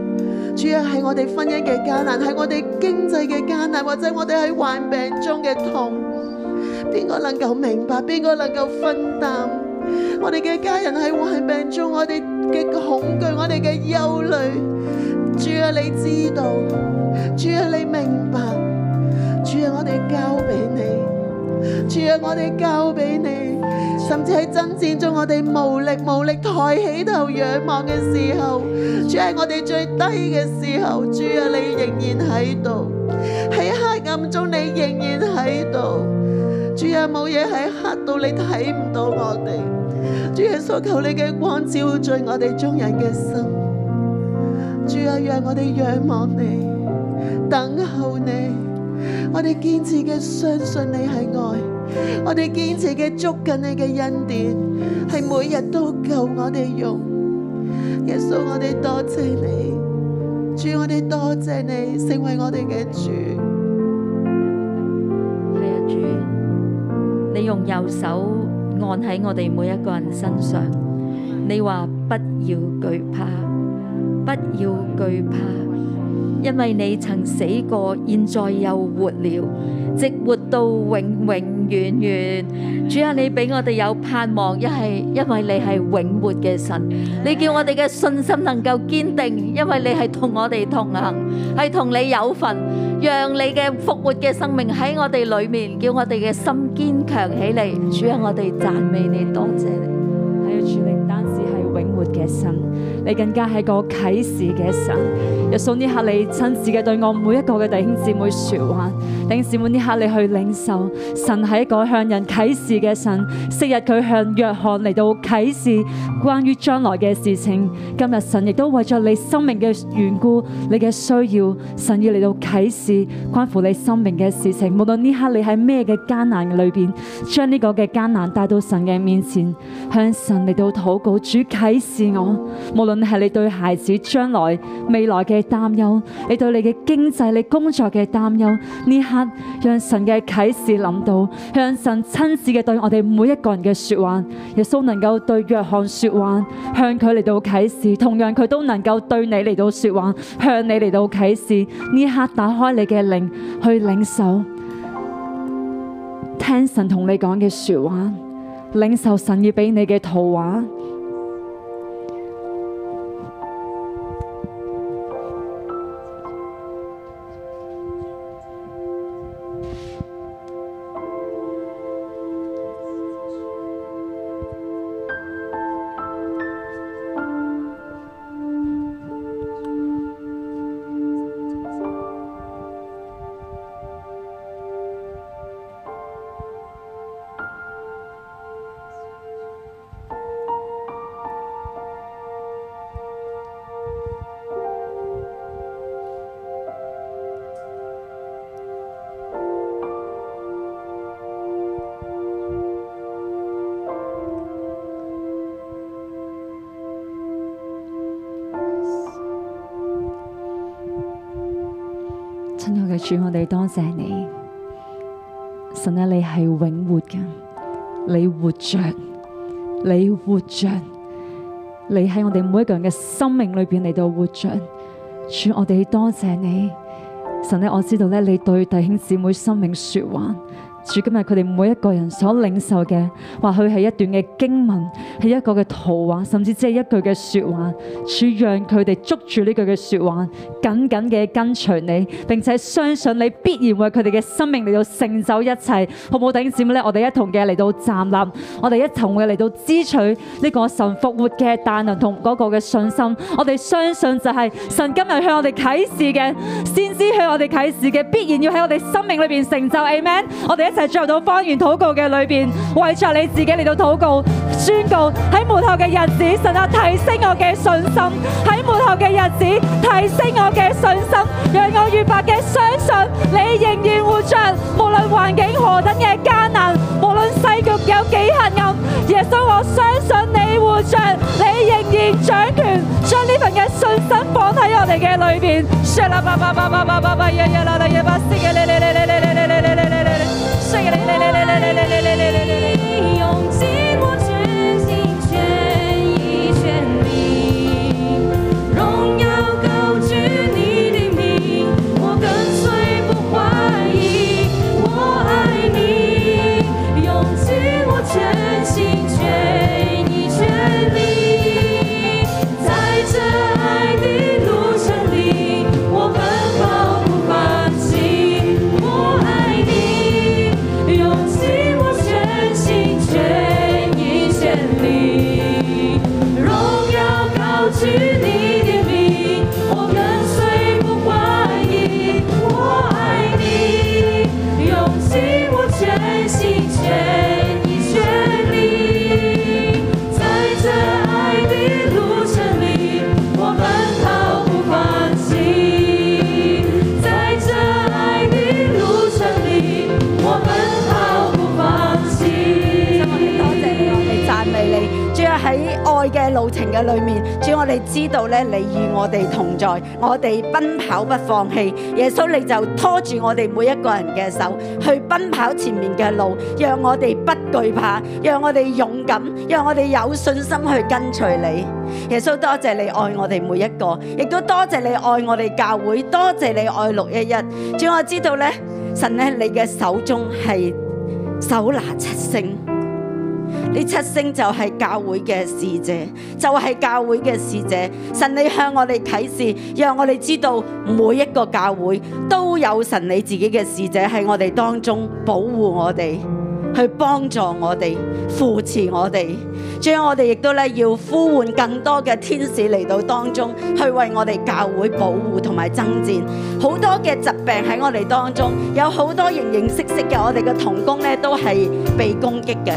Speaker 7: 主啊，喺我哋婚姻嘅艱難，喺我哋經濟嘅艱難，或者我哋喺患病中嘅痛，邊個能夠明白？邊個能夠分擔？我哋嘅家人喺患病中，我哋嘅恐懼，我哋嘅憂慮，主啊，你知道，主啊，你明白。主啊，我哋交俾你，主啊，我哋交俾你，甚至喺爭戰中，我哋無力無力抬起頭仰望嘅時候，主喺我哋最低嘅時候，主啊，你仍然喺度，喺黑暗中你仍然喺度，主啊，冇嘢喺黑到你睇唔到我哋，主耶穌求你嘅光照進我哋眾人嘅心，主啊，讓我哋仰望你，等候你。我哋堅持嘅相信你係愛，我哋堅持嘅捉緊你嘅恩典，係每日都夠我哋用。耶穌，我哋多謝你，主，我哋多謝你成為我哋嘅主。
Speaker 6: 系啊，主，你用右手按喺我哋每一個人身上，你話不要懼怕，不要懼怕，因為你曾死過，現在又活了，直活到永永遠遠。主啊，你俾我哋有盼望，一係因為你係永活嘅神，你叫我哋嘅信心能夠堅定，因為你係同我哋同行，係同你有份。讓你嘅復活嘅生命喺我哋裏面，叫我哋嘅心堅強起嚟。主啊，我哋讚美你，多謝你。
Speaker 9: 係啊，主你唔單止係永活嘅神，你更加係個啟示嘅神。耶穌呢刻你親自嘅對我每一個嘅弟兄姊妹説話，弟兄姊妹呢刻你去領受神係一個向人啟示嘅神。昔日佢向約翰嚟到啟示關於將來嘅事情，今日神亦都為咗你生命嘅緣故，你嘅需要，神要嚟到啟示關乎你生命嘅事情。無論呢刻你喺咩嘅艱難裏邊，將呢個嘅艱難帶到神嘅面前，向神嚟到禱告，主啟示賜我。無論係你對孩子將來未來嘅擔憂，你對你嘅經濟、你工作嘅擔憂，呢刻讓神嘅啟示諗到，讓神親自嘅對我哋每一個人嘅說話，耶穌能夠對約翰說話，向佢嚟到啟示，同樣佢都能夠對你嚟到說話，向你嚟到啟示。呢刻打開你嘅靈去領受，聽神同你講嘅說話，領受神要俾你嘅圖畫。亲爱嘅主，我哋多谢你，神啊，你系永活嘅，你活着，你活着，你喺我哋每一个人嘅生命里边嚟到活着。主，我哋多谢你，神咧，我知道咧，你对弟兄姊妹生命说话。主今日佢哋每一個人所領受嘅，或許係一段嘅經文，係一個嘅圖畫，甚至只係一句嘅説話。主讓佢哋捉住呢句嘅説話，緊緊嘅跟隨你，並且相信你必然為佢哋嘅生命嚟到成就一切，好唔好？弟兄姊妹咧，我哋一同嘅嚟到站立，我哋一同嘅嚟到支取呢個神復活嘅大能同嗰個嘅信心。我哋相信就係神今日向我哋啟示嘅，先知向我哋啟示嘅，必然要喺我哋生命裏邊成就。Amen。我哋一齊進入到方言禱告嘅裏邊，為着你自己嚟到禱告，宣告喺末後嘅日子，神啊提升我嘅信心；喺末後嘅日子提升我嘅信心，讓我越發嘅相信你仍然活着，無論環境何等嘅艱難，無論世局有幾黑暗，耶穌我相信你活着，你仍然掌權，將呢份嘅信心放喺我哋嘅裏邊。
Speaker 4: 用盡我全心全意全力，榮耀高舉你的名，我跟隨不懷疑，我愛你，用盡我全心全意全力，在這愛的路程裡，我奔跑不放棄，我愛你。用盡我全心全意全力，榮耀高舉你的名，我跟隨不懷疑，我愛你，用盡我全心全意全力，在這愛的路程裡，我奔跑不放棄，在這愛的路程裡，我奔跑不放
Speaker 8: 主我哋多謝你，我
Speaker 4: 棄。
Speaker 8: 哋讚美你。主啊，喺愛嘅路程嘅裏面，主我哋知道咧，你與我哋同在，我哋奔跑不放棄。耶穌你就拖住我哋每一個人嘅手，去奔跑前面嘅路，讓我哋不懼怕，讓我哋勇敢，讓我哋有信心去跟隨你。耶穌多謝你愛我哋每一個，亦都多謝你愛我哋教會，多謝你愛六一一。主我知道咧，神咧你嘅手中係手拿七星。呢七星就係教會嘅使者，就係、教會嘅使者。神你向我哋啟示，讓我哋知道每一個教會都有神你自己嘅使者喺我哋當中保護我哋，去幫助我哋，扶持我哋。將我哋亦都咧要呼喚更多嘅天使嚟到當中，去為我哋教會保護同埋爭戰。好多嘅疾病喺我哋當中，有好多形形色色嘅我哋嘅童工咧都係被攻擊嘅。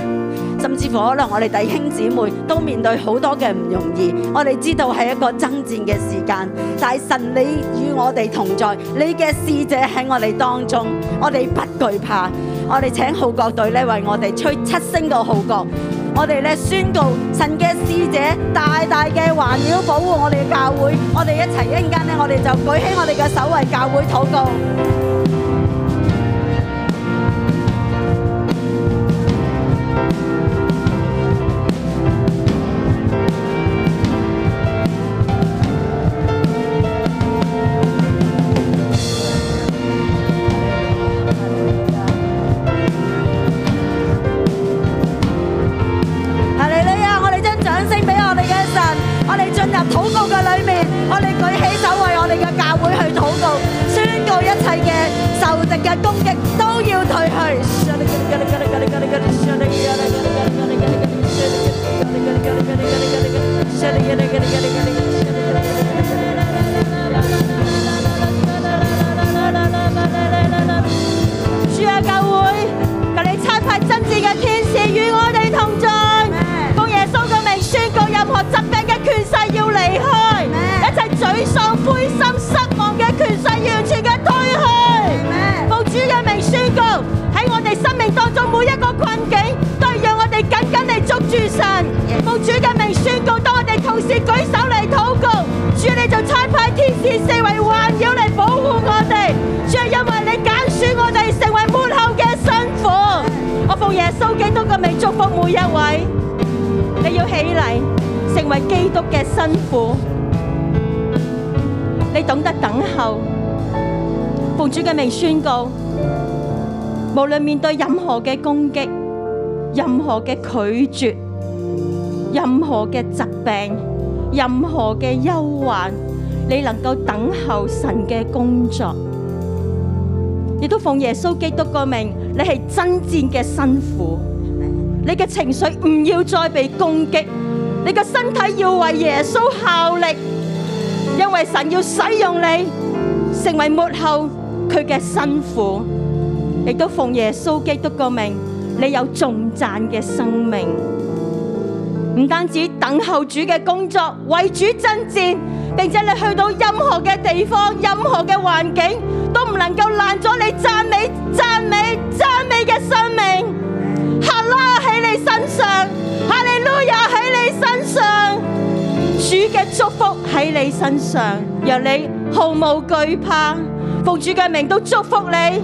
Speaker 8: 甚至乎可能我哋弟兄姊妹都面對好多嘅唔容易，我哋知道係一個爭戰嘅時間，但係神你與我哋同在，你嘅使者喺我哋當中，我哋不懼怕，我哋請號角隊咧為我哋吹七星嘅號角。
Speaker 10: 我哋咧宣告神嘅使者大大嘅環繞保護我哋嘅教會，我哋一齊一陣間咧，我哋就舉起我哋嘅手為教會禱告。哈利路亞！我哋將掌聲俾我哋嘅神，我哋進入禱告嘅裏面，我哋舉起手為我哋嘅教會去禱告，宣告一切嘅仇敵嘅攻擊都要退去。主啊，教會，求你差派真摯嘅天使與我哋同在。奉耶穌嘅名宣告，任何疾病嘅權勢要離開，一切沮喪、灰心、失望嘅權勢完全嘅推去。奉主嘅名宣告，喺我哋生命當中每一個困境，都係讓我哋緊緊地捉住神。奉主嘅名宣告，當我哋同時舉手嚟禱告，主你就差派天使四圍環繞嚟保護我哋。主係因為你揀選我哋成為幕後嘅辛苦，我奉耶穌基督嘅名祝福每一位。你要起嚟，成為基督嘅辛苦。你懂得等候，奉主嘅名宣告，無論面對任何嘅攻擊、任何嘅拒絕、任何嘅疾病、任何嘅憂患，你能夠等候神嘅工作。亦都奉耶穌基督嘅名，你係真戰嘅辛苦。你嘅情緒唔要再被攻擊，你嘅身體要為耶穌效力，因為神要使用你成為幕後佢嘅辛苦，亦都奉耶穌基督個名，你有重讚嘅生命。唔單止等候主嘅工作，為主爭戰，並且你去到任何嘅地方、任何嘅環境，都唔能夠攔咗你讚美、讚美、讚美嘅生命。哈啦喺你身上，哈利路亞喺你身上，主嘅祝福喺你身上，讓你毫無懼怕。奉主嘅名都祝福你，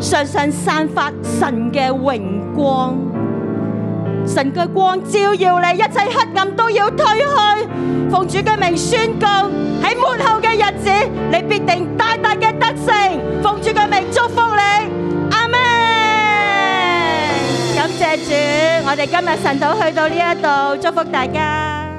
Speaker 10: 常常散發神嘅榮光，神嘅光照耀你，一切黑暗都要退去。奉主嘅名宣告，喺末後嘅日子，你必定大大嘅得勝。奉主嘅名祝福你，阿門。感謝主，我哋今日晨禱去到呢一度，祝福大家。